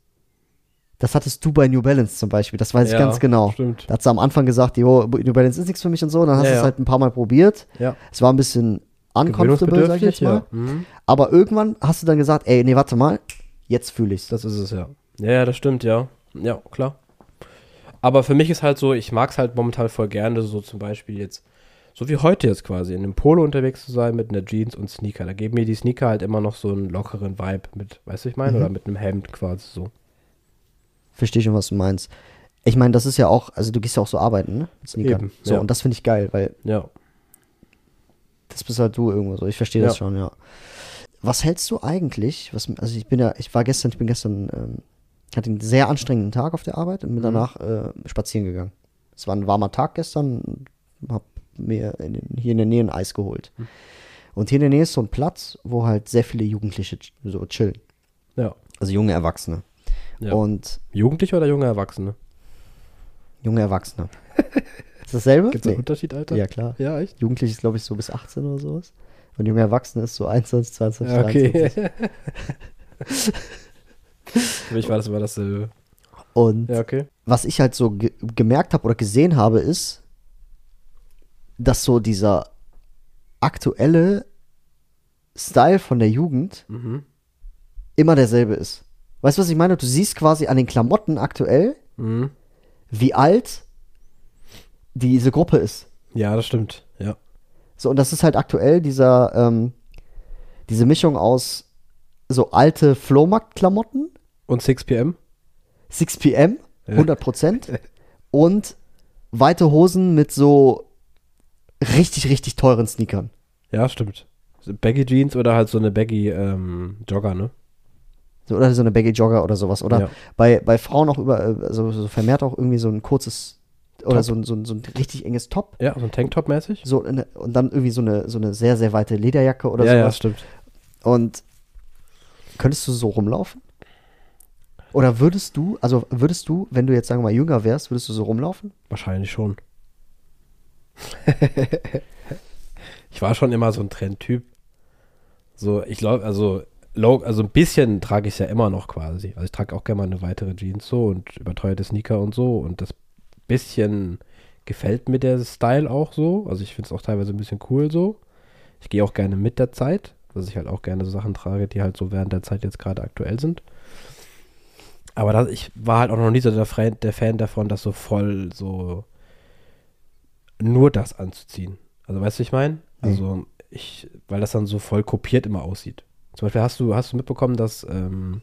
Speaker 1: das hattest du bei New Balance zum Beispiel, das weiß
Speaker 2: Ja,
Speaker 1: ich ganz genau.
Speaker 2: stimmt.
Speaker 1: Da hast du am Anfang gesagt, jo, New Balance ist nichts für mich und so, dann hast
Speaker 2: Ja,
Speaker 1: du es
Speaker 2: ja.
Speaker 1: halt ein paar Mal probiert.
Speaker 2: Ja.
Speaker 1: Es war ein bisschen uncomfortable, sag ich jetzt mal.
Speaker 2: ja. Mhm.
Speaker 1: Aber irgendwann hast du dann gesagt, ey, nee, warte mal, jetzt fühle ich's.
Speaker 2: Das ist es, ja. Ja, ja, das stimmt, ja. Ja, klar. Aber für mich ist halt so, ich mag es halt momentan voll gerne, so zum Beispiel jetzt, so wie heute jetzt quasi, in einem Polo unterwegs zu sein mit einer Jeans und Sneaker. Da geben mir die Sneaker halt immer noch so einen lockeren Vibe mit, weißt du, ich meine? Oder mit einem Hemd quasi so.
Speaker 1: Verstehe schon, was du meinst. Ich meine, das ist ja auch, also du gehst ja auch so arbeiten, ne? Mit Sneakern.
Speaker 2: Eben,
Speaker 1: so,
Speaker 2: ja.
Speaker 1: und das finde ich geil, weil
Speaker 2: Ja.
Speaker 1: Das bist halt du irgendwo so. Ich verstehe das
Speaker 2: Ja.
Speaker 1: schon, ja. Was hältst du eigentlich? Was, also ich bin ja, ich war gestern, ich bin gestern, ähm, hatte einen sehr anstrengenden Tag auf der Arbeit und bin
Speaker 2: Mhm.
Speaker 1: danach äh, spazieren gegangen. Es war ein warmer Tag gestern und hab mir in, den- hier in der Nähe ein Eis geholt.
Speaker 2: Mhm.
Speaker 1: Und hier in der Nähe ist so ein Platz, wo halt sehr viele Jugendliche ch- so chillen.
Speaker 2: Ja.
Speaker 1: Also junge Erwachsene.
Speaker 2: Ja.
Speaker 1: Und
Speaker 2: Jugendliche oder junge Erwachsene?
Speaker 1: junge Erwachsene. ist dasselbe?
Speaker 2: Gibt es einen Unterschied, Alter?
Speaker 1: Ja, klar.
Speaker 2: Ja, echt?
Speaker 1: Jugendlich ist, glaube ich, so bis 18 oder sowas. Und junge Erwachsene ist so 21, 22,
Speaker 2: Ja,
Speaker 1: 23.
Speaker 2: okay. Für [LAUGHS] mich war das immer dasselbe.
Speaker 1: Und
Speaker 2: Ja, okay.
Speaker 1: was ich halt so ge gemerkt habe oder gesehen habe, ist, dass so dieser aktuelle Style von der Jugend
Speaker 2: Mhm.
Speaker 1: immer derselbe ist. Weißt du, was ich meine? Du siehst quasi an den Klamotten aktuell,
Speaker 2: Mhm.
Speaker 1: wie alt diese Gruppe ist.
Speaker 2: Ja, das stimmt. Ja.
Speaker 1: So, und das ist halt aktuell dieser, ähm, diese Mischung aus so alte Flohmarkt-Klamotten,
Speaker 2: Und 6 PM?
Speaker 1: 6 PM, 100 Prozent. und weite Hosen mit so richtig, richtig teuren Sneakern.
Speaker 2: Ja, stimmt. Baggy Jeans oder halt so eine Baggy ähm, Jogger, ne?
Speaker 1: So, oder so eine Baggy Jogger oder sowas. Oder
Speaker 2: Ja.
Speaker 1: bei, bei Frauen auch über, äh, also so vermehrt auch irgendwie so ein kurzes oder so ein, so, ein, so ein richtig enges Top.
Speaker 2: Ja, so ein Tanktop-mäßig.
Speaker 1: So eine, und dann irgendwie so eine, so eine sehr, sehr weite Lederjacke oder
Speaker 2: Ja, ja,
Speaker 1: sowas.
Speaker 2: stimmt.
Speaker 1: Und könntest du so rumlaufen? Oder würdest du, also würdest du, wenn du jetzt sagen wir mal jünger wärst, würdest du so rumlaufen?
Speaker 2: Wahrscheinlich schon. [LAUGHS] ich war schon immer so ein Trendtyp. So, ich glaube, also, low, also ein bisschen trage ich es ja immer noch quasi. Also ich trage auch gerne mal eine weitere Jeans so und überteuerte Sneaker und so. Und das bisschen gefällt mir der Style auch so. Also ich finde es auch teilweise ein bisschen cool so. Ich gehe auch gerne mit der Zeit, dass ich halt auch gerne so Sachen trage, die halt so während der Zeit jetzt gerade aktuell sind. Aber das, ich war halt auch noch nie so der, Fre der Fan davon, das so voll so nur das anzuziehen. Also weißt du, ich meine? Also ich, weil das dann so voll kopiert immer aussieht. Zum Beispiel hast du, hast du mitbekommen, dass, ähm,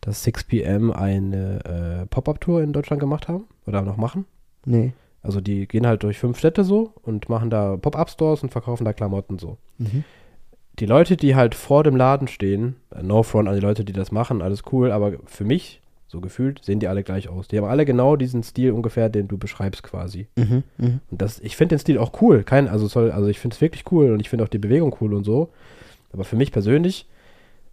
Speaker 2: dass 6pm eine äh, Pop-Up-Tour in Deutschland gemacht haben oder noch machen?
Speaker 1: Nee.
Speaker 2: Also die gehen halt durch fünf Städte so und machen da Pop-Up-Stores und verkaufen da Klamotten so.
Speaker 1: Mhm.
Speaker 2: Die Leute, die halt vor dem Laden stehen, äh, no front an die Leute, die das machen, alles cool, aber für mich, so gefühlt, sehen die alle gleich aus. Die haben alle genau diesen Stil ungefähr, den du beschreibst quasi.
Speaker 1: Mhm. Mhm.
Speaker 2: Und das, ich finde den Stil auch cool. Kein, also soll, also ich finde es wirklich cool und ich finde auch die Bewegung cool und so. Aber für mich persönlich,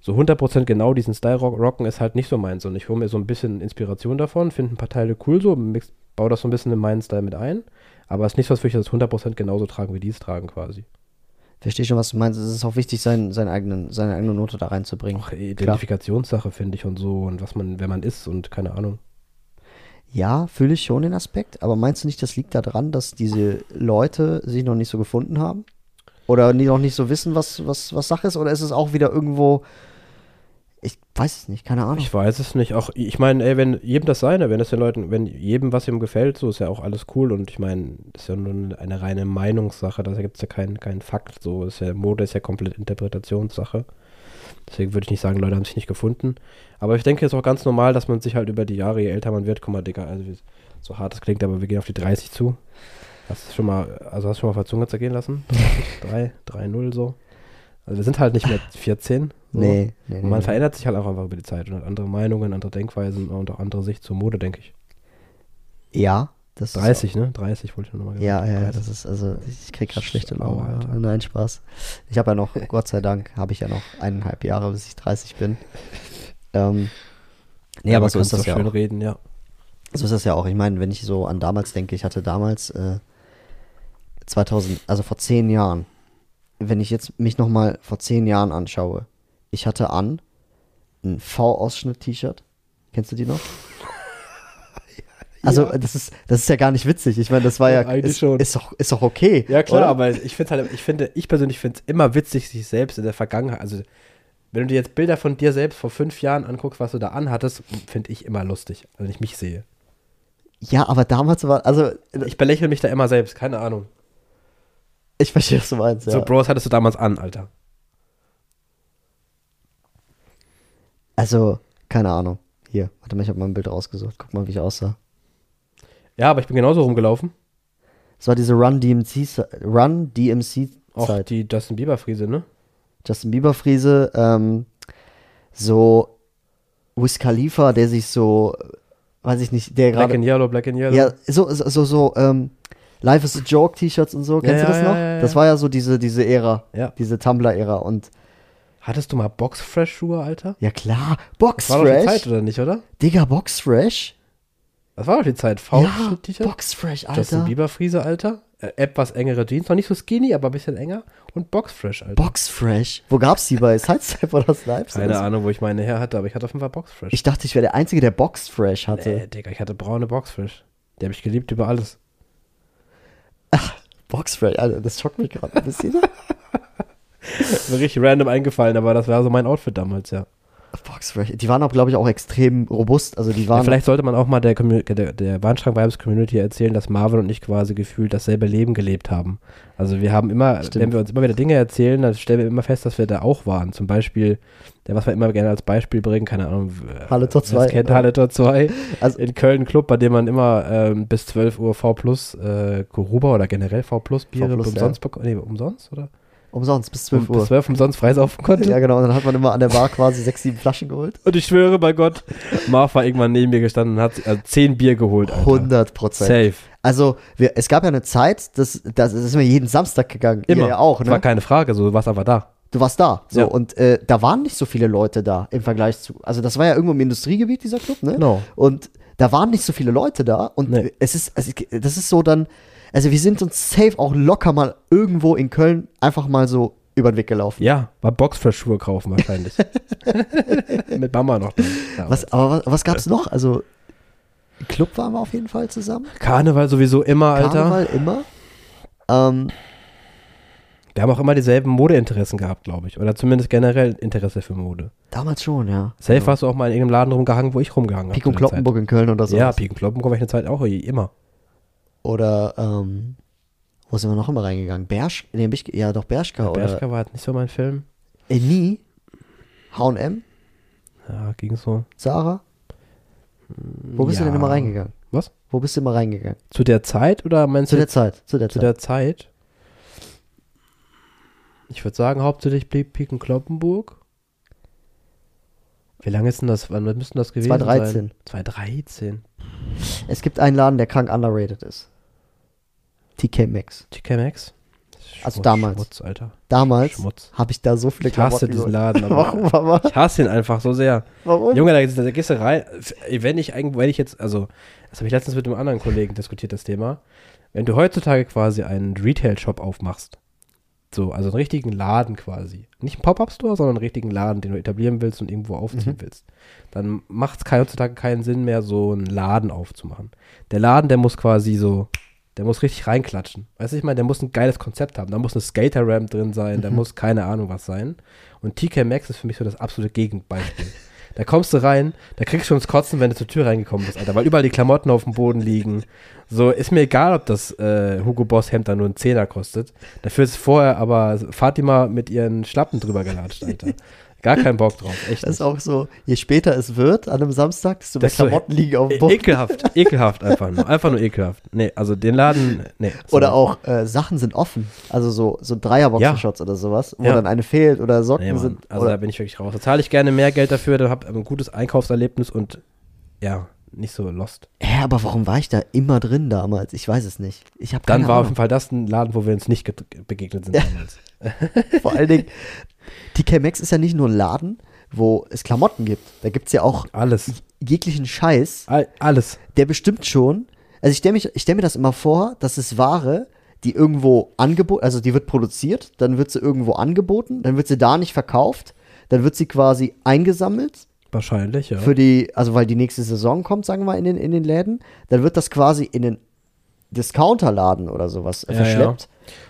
Speaker 2: so 100% genau diesen Style rock, rocken ist halt nicht so meins. Und ich hole mir so ein bisschen Inspiration davon, finde ein paar Teile cool so, mix, baue das so ein bisschen in meinen Style mit ein. Aber es ist nichts, was ich das 100% genauso tragen, wie die es tragen quasi.
Speaker 1: Verstehe schon, was du meinst. Es ist auch wichtig, seinen, seinen eigenen, seine eigene Note da reinzubringen.
Speaker 2: Auch Identifikationssache finde ich und so und was man, wer man ist und keine Ahnung.
Speaker 1: Ja, fühle ich schon den Aspekt, aber meinst du nicht, das liegt daran, dass diese Leute sich noch nicht so gefunden haben? Oder nie- noch nicht so wissen, was, was, was Sache ist? Oder ist es auch wieder irgendwo. Ich weiß es nicht, keine Ahnung.
Speaker 2: Ich weiß es nicht. Auch ich meine, ey, wenn jedem das seine, wenn es den Leuten, wenn jedem was ihm gefällt, so ist ja auch alles cool. Und ich meine, ist ja nur eine reine Meinungssache. Da gibt es ja keinen keinen Fakt. So ist ja Mode ist ja komplett Interpretationssache. Deswegen würde ich nicht sagen, Leute haben sich nicht gefunden. Aber ich denke, es ist auch ganz normal, dass man sich halt über die Jahre, je älter man wird, guck mal, Digga, also wie- so hart es klingt, aber wir gehen auf die 30 zu. Hast du schon mal, also hast du schon mal auf der Zunge
Speaker 1: [LAUGHS]
Speaker 2: zergehen lassen? 3, 3, 0 so. Also wir sind halt nicht mehr 14. So.
Speaker 1: nee, nee,
Speaker 2: Und man
Speaker 1: nee.
Speaker 2: verändert sich halt auch einfach über die Zeit und hat andere Meinungen, andere Denkweisen und auch andere Sicht zur Mode, denke ich.
Speaker 1: Ja, das ist
Speaker 2: 30, ne? 30 wollte ich nochmal sagen.
Speaker 1: Ja, ja, ja, das ist, also ich krieg gerade schlechte Laune.
Speaker 2: Aua, Alter.
Speaker 1: ja. Nein, Spaß. Ich habe ja [LAUGHS] noch, Gott sei Dank, habe ich ja noch eineinhalb Jahre, bis ich 30 bin. [LAUGHS] Ähm, nee, aber so ist das ja
Speaker 2: schön
Speaker 1: auch.
Speaker 2: reden, ja.
Speaker 1: So ist das ja auch. Ich meine, wenn ich so an damals denke, ich hatte damals äh, 2000, also vor zehn Jahren, wenn ich jetzt mich nochmal vor zehn Jahren anschaue, ich hatte an ein V-Ausschnitt-T-Shirt. Kennst du die
Speaker 2: [LAUGHS]
Speaker 1: noch? Also, das ist, das ist ja gar nicht witzig. Ich meine, das war ja,
Speaker 2: Ja, eigentlich
Speaker 1: ist,
Speaker 2: schon.
Speaker 1: ist doch, ist doch okay.
Speaker 2: Ja, klar,
Speaker 1: oder?
Speaker 2: aber ich finde halt, ich finde, ich persönlich finde es immer witzig, sich selbst in der Vergangenheit, also wenn du dir jetzt Bilder von dir selbst vor fünf Jahren anguckst, was du da anhattest, finde ich immer lustig, wenn ich mich sehe.
Speaker 1: Ja, aber damals war, also,
Speaker 2: Ich belächle mich da immer selbst, keine Ahnung.
Speaker 1: ich verstehe, was du meinst, ja.
Speaker 2: So, Bros, hattest du damals an, Alter.
Speaker 1: Also, keine Ahnung. Hier, warte mal, ich habe mal ein Bild rausgesucht. Guck mal, wie ich aussah.
Speaker 2: Ja, aber ich bin genauso rumgelaufen.
Speaker 1: Es war diese Run DMC, Run DMC
Speaker 2: Auch
Speaker 1: Zeit.
Speaker 2: die Justin Bieber-Friese, ne?
Speaker 1: Justin Bieber Friese, ähm, so Wiz Khalifa, der sich so, weiß ich nicht, der
Speaker 2: Black
Speaker 1: gerade,
Speaker 2: and Yellow, Black and Yellow.
Speaker 1: ja, so, so, so, so ähm, Life is a Joke T-Shirts und so, kennst
Speaker 2: ja,
Speaker 1: du das
Speaker 2: ja,
Speaker 1: noch?
Speaker 2: ja, ja.
Speaker 1: Das war ja so diese, diese Ära,
Speaker 2: Ja.
Speaker 1: diese Tumblr-Ära und,
Speaker 2: Hattest du mal Boxfresh-Schuhe, Alter?
Speaker 1: ja klar, Box
Speaker 2: war doch die Zeit,
Speaker 1: Fresh,
Speaker 2: oder nicht, oder?
Speaker 1: Digga, Box Fresh,
Speaker 2: Das war doch die Zeit.
Speaker 1: ja,
Speaker 2: V-T-Shirt,
Speaker 1: Box Fresh,
Speaker 2: Justin
Speaker 1: Alter,
Speaker 2: Bieber Friese, Alter. Äh, etwas engere Jeans, noch nicht so skinny, aber ein bisschen enger. Und Boxfresh, Alter.
Speaker 1: Box Fresh, wo gab's die bei, Sidestep oder Snipes?
Speaker 2: Keine Ahnung, wo ich meine her hatte, aber ich hatte auf jeden Fall Boxfresh.
Speaker 1: Ich dachte, ich wäre der Einzige, der Box Fresh hatte.
Speaker 2: nee, Digga, ich hatte braune Boxfresh. Die habe ich geliebt über alles.
Speaker 1: Box Fresh, Alter, also, das schockt mich gerade ein
Speaker 2: [LAUGHS]
Speaker 1: bisschen.
Speaker 2: Ist mir richtig random eingefallen, aber das war so mein Outfit damals, ja.
Speaker 1: Boxfresh. Die waren auch, glaube ich, auch extrem robust. Also die
Speaker 2: ja
Speaker 1: waren.
Speaker 2: vielleicht sollte man auch mal der, Commu- der, der Bahnschrank-Vibes-Community erzählen, dass Marvin und ich quasi gefühlt dasselbe Leben gelebt haben. Also wir haben immer,
Speaker 1: Stimmt.
Speaker 2: wenn wir uns immer wieder Dinge erzählen, dann stellen wir immer fest, dass wir da auch waren. Zum Beispiel, der, was wir immer gerne als Beispiel bringen, keine Ahnung. äh,
Speaker 1: Halle Tor
Speaker 2: wer
Speaker 1: 2.
Speaker 2: es Kennt Halle Tor 2.
Speaker 1: [LAUGHS] Also-
Speaker 2: Also in Köln Club, bei dem man immer ähm, bis 12 Uhr V plus äh, Kuruba oder generell V plus Biere
Speaker 1: V+,
Speaker 2: umsonst bekommen. Nee, umsonst, oder? Um
Speaker 1: umsonst bis 12
Speaker 2: Bis
Speaker 1: Uhr.
Speaker 2: 12
Speaker 1: [LAUGHS]
Speaker 2: umsonst freisaufen konnte.
Speaker 1: Ja, genau. Und dann hat man immer an der Bar quasi sechs, sieben Flaschen geholt.
Speaker 2: Und ich schwöre bei Gott, Marv war irgendwann neben mir gestanden und hat äh, 10 Bier geholt, Alter.
Speaker 1: 100 Prozent.
Speaker 2: Safe.
Speaker 1: Also wir, es gab ja eine Zeit, das, das ist mir jeden Samstag gegangen. Ihr
Speaker 2: Immer.
Speaker 1: ja auch,
Speaker 2: Das war
Speaker 1: ne?
Speaker 2: keine Frage, so, du warst einfach da.
Speaker 1: Du warst da. So
Speaker 2: Ja.
Speaker 1: und äh, da waren nicht so viele Leute da im Vergleich zu. Also das war ja irgendwo im Industriegebiet dieser Club, ne?
Speaker 2: Genau.
Speaker 1: Und da waren nicht so viele Leute da und
Speaker 2: Nee.
Speaker 1: es ist, also ich- das ist so dann, also wir sind uns safe auch locker mal irgendwo in Köln einfach mal so über den Weg gelaufen.
Speaker 2: Ja, war Boxfresh-Schuhe kaufen wahrscheinlich.
Speaker 1: [LAUGHS]
Speaker 2: Mit Mama noch. Da.
Speaker 1: Was, aber was, was gab's noch? Also, Club waren wir auf jeden Fall zusammen.
Speaker 2: Karneval sowieso immer, Alter.
Speaker 1: Karneval immer. Ähm,
Speaker 2: Wir haben auch immer dieselben Modeinteressen gehabt, glaube ich. Oder zumindest generell Interesse für Mode.
Speaker 1: damals schon, ja.
Speaker 2: Safe hast du auch mal in irgendeinem Laden rumgehangen, wo ich rumgehangen habe.
Speaker 1: Pik und Kloppenburg in Köln oder so.
Speaker 2: Ja, Pik und Kloppenburg war ich eine Zeit auch immer.
Speaker 1: Oder ähm, Wo sind wir noch immer reingegangen? Bersch, nee, Bisch, ja doch Bershka oder?
Speaker 2: Bershka war halt nicht so mein Film.
Speaker 1: Äh, nie. H&M,
Speaker 2: Ja, ging so.
Speaker 1: Sarah. Wo bist du denn
Speaker 2: ja.
Speaker 1: immer reingegangen?
Speaker 2: Was?
Speaker 1: Wo bist du immer reingegangen?
Speaker 2: Zu der Zeit oder meinst
Speaker 1: Zu
Speaker 2: du
Speaker 1: der Zeit, zu der
Speaker 2: zu
Speaker 1: Zeit.
Speaker 2: der Zeit? Ich würde sagen, hauptsächlich blieb Piken Kloppenburg. Wie lange ist denn das? Wann müsste denn das gewesen
Speaker 1: 2013.
Speaker 2: sein? 2013.
Speaker 1: es gibt einen Laden, der krank underrated ist. TK Maxx.
Speaker 2: 2013. TK Maxx.
Speaker 1: Also damals.
Speaker 2: Schmutz, Alter.
Speaker 1: Damals
Speaker 2: Schmutz.
Speaker 1: habe ich da so viele
Speaker 2: Ich hasse diesen
Speaker 1: über- [LAUGHS]
Speaker 2: Laden.
Speaker 1: Warum,
Speaker 2: Aber
Speaker 1: Mama?
Speaker 2: ich hasse ihn einfach so sehr.
Speaker 1: Warum?
Speaker 2: Junge, da, da gehst du rein. Wenn ich eigentlich, wenn ich jetzt, also, das habe ich letztens mit einem anderen Kollegen diskutiert, das Thema. Wenn du heutzutage quasi einen Retail-Shop aufmachst, so, also einen richtigen Laden quasi, nicht einen Pop-Up-Store, sondern einen richtigen Laden, den du etablieren willst und irgendwo aufziehen willst, dann macht es heutzutage keinen Sinn mehr, so einen Laden aufzumachen. Der Laden, der muss quasi so, der muss richtig reinklatschen. Weißt du, ich meine, der muss ein geiles Konzept haben. Da muss eine Skater-Ramp drin sein, da muss keine Ahnung was sein. Und TK Maxx ist für mich so das absolute Gegenbeispiel. Da kommst du rein, da kriegst du schon das Kotzen, wenn du zur Tür reingekommen bist, Alter, weil überall die Klamotten auf dem Boden liegen. So, ist mir egal, ob das äh, Hugo Boss Hemd dann nur einen Zehner kostet. Dafür ist vorher aber Fatima mit ihren Schlappen drüber gelatscht, Alter. Gar keinen Bock drauf, echt.
Speaker 1: Das ist
Speaker 2: nicht.
Speaker 1: auch so, je später es wird, an einem Samstag, desto mehr
Speaker 2: Desto-
Speaker 1: Klamotten liegen auf dem
Speaker 2: E-
Speaker 1: Boden.
Speaker 2: Ekelhaft, ekelhaft einfach nur. Einfach nur ekelhaft. Nee, also den Laden, nee.
Speaker 1: Oder
Speaker 2: sorry.
Speaker 1: auch äh, Sachen sind offen. Also so, so Dreierboxershots oder sowas, wo
Speaker 2: Ja.
Speaker 1: dann eine fehlt oder Socken
Speaker 2: Nee, Mann,
Speaker 1: sind.
Speaker 2: also da
Speaker 1: oder,
Speaker 2: bin ich wirklich raus. Da zahle ich gerne mehr Geld dafür, da hab ein gutes Einkaufserlebnis und ja, nicht so lost.
Speaker 1: hä, aber warum war ich da immer drin damals? Ich weiß es nicht. Ich habe
Speaker 2: Dann
Speaker 1: keine
Speaker 2: war auf
Speaker 1: Ahnung.
Speaker 2: jeden Fall das ein Laden, wo wir uns nicht ge- begegnet sind
Speaker 1: Ja.
Speaker 2: damals.
Speaker 1: Vor allen Dingen, TK Maxx ist ja nicht nur ein Laden, wo es Klamotten gibt. Da gibt es ja auch
Speaker 2: Alles.
Speaker 1: jeglichen Scheiß,
Speaker 2: All, alles.
Speaker 1: der bestimmt schon. Also ich stelle mich, ich stell mir das immer vor, dass es Ware, die irgendwo angeboten, also die wird produziert, dann wird sie irgendwo angeboten, dann wird sie da nicht verkauft, dann wird sie quasi eingesammelt
Speaker 2: Wahrscheinlich, ja.
Speaker 1: für die, also weil die nächste Saison kommt, sagen wir mal, in den, in den Läden, dann wird das quasi in den Discounterladen oder sowas äh,
Speaker 2: Ja, ja.
Speaker 1: verschleppt.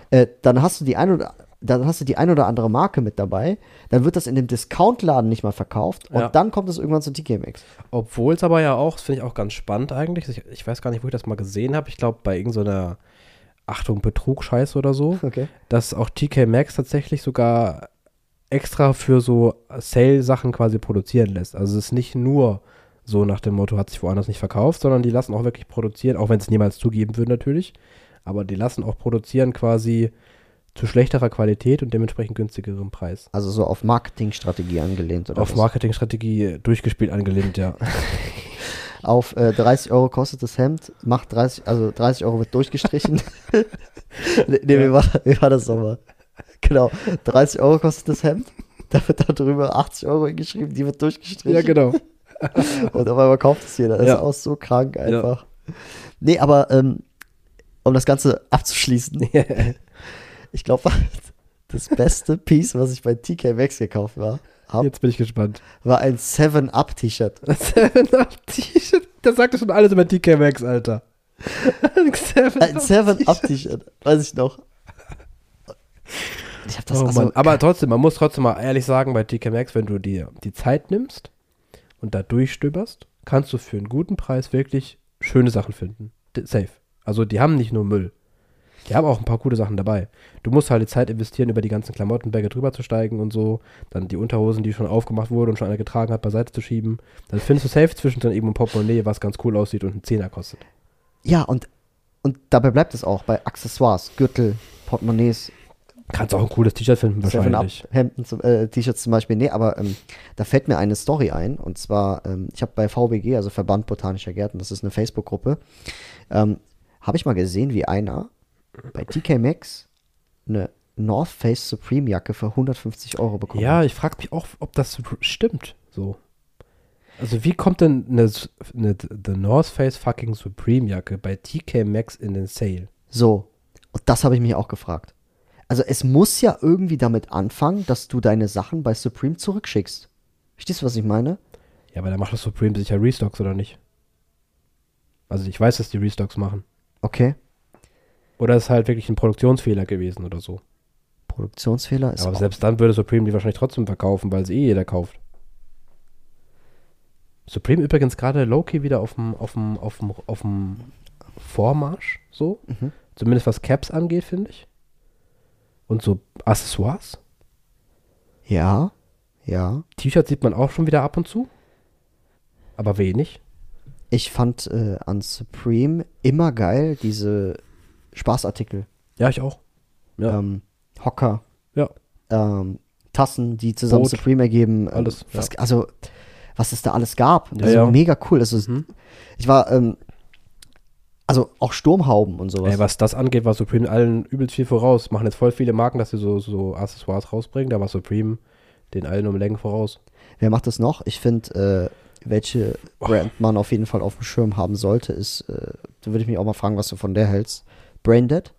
Speaker 1: Äh, dann hast du die ein oder dann hast du die ein oder andere Marke mit dabei, dann wird das in dem Discountladen nicht mal verkauft und
Speaker 2: Ja.
Speaker 1: dann kommt es irgendwann zu TK Maxx.
Speaker 2: Obwohl es aber ja auch, das finde ich auch ganz spannend eigentlich. Ich, ich weiß gar nicht, wo ich das mal gesehen habe. Ich glaube, bei irgendeiner Achtung, Betrug-Scheiße oder so,
Speaker 1: Okay.
Speaker 2: dass auch TK Maxx tatsächlich sogar extra für so Sale-Sachen quasi produzieren lässt. Also es ist nicht nur so nach dem Motto, hat sich woanders nicht verkauft, sondern die lassen auch wirklich produzieren, auch wenn sie es niemals zugeben würden natürlich, aber die lassen auch produzieren quasi zu schlechterer Qualität und dementsprechend günstigerem Preis.
Speaker 1: Also so auf Marketingstrategie angelehnt oder
Speaker 2: Auf
Speaker 1: was?
Speaker 2: Marketingstrategie durchgespielt angelehnt, [LAUGHS] ja.
Speaker 1: auf äh, 30 Euro kostet das Hemd, macht 30, also 30 Euro wird
Speaker 2: [LAUGHS]
Speaker 1: durchgestrichen. nee, nee wie, war, wie war das nochmal? Genau, 30 Euro kostet das Hemd, da wird da drüber 80 Euro hingeschrieben, die wird durchgestrichen
Speaker 2: [LAUGHS] genau.
Speaker 1: und auf einmal kauft es jeder. Das
Speaker 2: Ja.
Speaker 1: ist auch so krank einfach. Nee, aber ähm, um das Ganze abzuschließen, ich glaube, [LAUGHS] das beste Piece, was ich bei TK Maxx gekauft war, hab,
Speaker 2: Jetzt bin ich gespannt.
Speaker 1: war ein 7-Up-T-Shirt.
Speaker 2: Seven Up T-Shirt. [LAUGHS] Das sagt doch schon alles über TK Maxx, [LAUGHS] Alter. Seven
Speaker 1: Ein [LAUGHS] 7-Up-T-Shirt, äh, weiß ich noch. Ich habe das
Speaker 2: oh,
Speaker 1: also,
Speaker 2: Mann. Aber trotzdem, man muss trotzdem mal ehrlich sagen, bei TK Maxx, wenn du dir die Zeit nimmst und da durchstöberst, kannst du für einen guten Preis wirklich schöne Sachen finden. D- Safe. Also die haben nicht nur Müll. Die haben auch ein paar gute Sachen dabei. Du musst halt die Zeit investieren, über die ganzen Klamottenberge drüber zu steigen und so. Dann die Unterhosen, die schon aufgemacht wurden und schon einer getragen hat, beiseite zu schieben. Dann findest du safe zwischendrin eben ein Portemonnaie, was ganz cool aussieht und einen Zehner kostet.
Speaker 1: ja und und dabei bleibt es auch bei Accessoires, Gürtel, Portemonnaies,
Speaker 2: Kannst auch ein cooles T-Shirt finden,
Speaker 1: 7-Up,
Speaker 2: wahrscheinlich.
Speaker 1: Hemden, zum, äh, T-Shirts zum Beispiel. Nee, aber ähm, da fällt mir eine Story ein. Und zwar, ähm, ich habe bei VBG, also Verband Botanischer Gärten, das ist eine Facebook-Gruppe, ähm, habe ich mal gesehen, wie einer bei TK Maxx eine North Face Supreme Jacke für 150 Euro bekommen
Speaker 2: Ja,
Speaker 1: hat.
Speaker 2: ich frage mich auch, ob das so stimmt. So. Also, wie kommt denn eine, S- eine The North Face fucking Supreme Jacke bei TK Maxx in den Sale?
Speaker 1: So, und das habe ich mich auch gefragt. Also es muss ja irgendwie damit anfangen, dass du deine Sachen bei Supreme zurückschickst. Verstehst du, was ich meine?
Speaker 2: Ja, aber da macht das Supreme sicher Restocks oder nicht? Also, ich weiß, dass die Restocks machen.
Speaker 1: Okay.
Speaker 2: Oder ist halt wirklich ein Produktionsfehler gewesen oder so.
Speaker 1: Produktionsfehler ist
Speaker 2: aber
Speaker 1: auch.
Speaker 2: selbst dann würde Supreme die wahrscheinlich trotzdem verkaufen, weil sie eh jeder kauft. Supreme übrigens gerade Loki wieder auf dem auf dem auf dem auf dem Vormarsch so. Zumindest was Caps angeht, finde ich. Und so Accessoires.
Speaker 1: Ja, ja.
Speaker 2: T-Shirts sieht man auch schon wieder ab und zu. Aber wenig.
Speaker 1: Ich fand äh, an Supreme immer geil diese Spaßartikel.
Speaker 2: Ja, ich auch. Ja.
Speaker 1: Ähm, Hocker,
Speaker 2: Ja.
Speaker 1: ähm, Tassen, die zusammen
Speaker 2: Boot.
Speaker 1: Supreme ergeben. ähm,
Speaker 2: Alles,
Speaker 1: Was, Also, was es da alles gab.
Speaker 2: Ja,
Speaker 1: Also
Speaker 2: ja. Mhm.
Speaker 1: mega cool. Also, Ich war, ähm, also auch Sturmhauben und sowas.
Speaker 2: Ey, was das angeht, war Supreme allen übelst viel voraus. Machen jetzt voll viele Marken, dass sie so, so Accessoires rausbringen. Da war Supreme den allen um Längen voraus.
Speaker 1: Wer macht das noch? Ich finde, äh, welche Brand man auf jeden Fall auf dem Schirm haben sollte, ist, äh, da würde ich mich auch mal fragen, was du von der hältst. Braindead,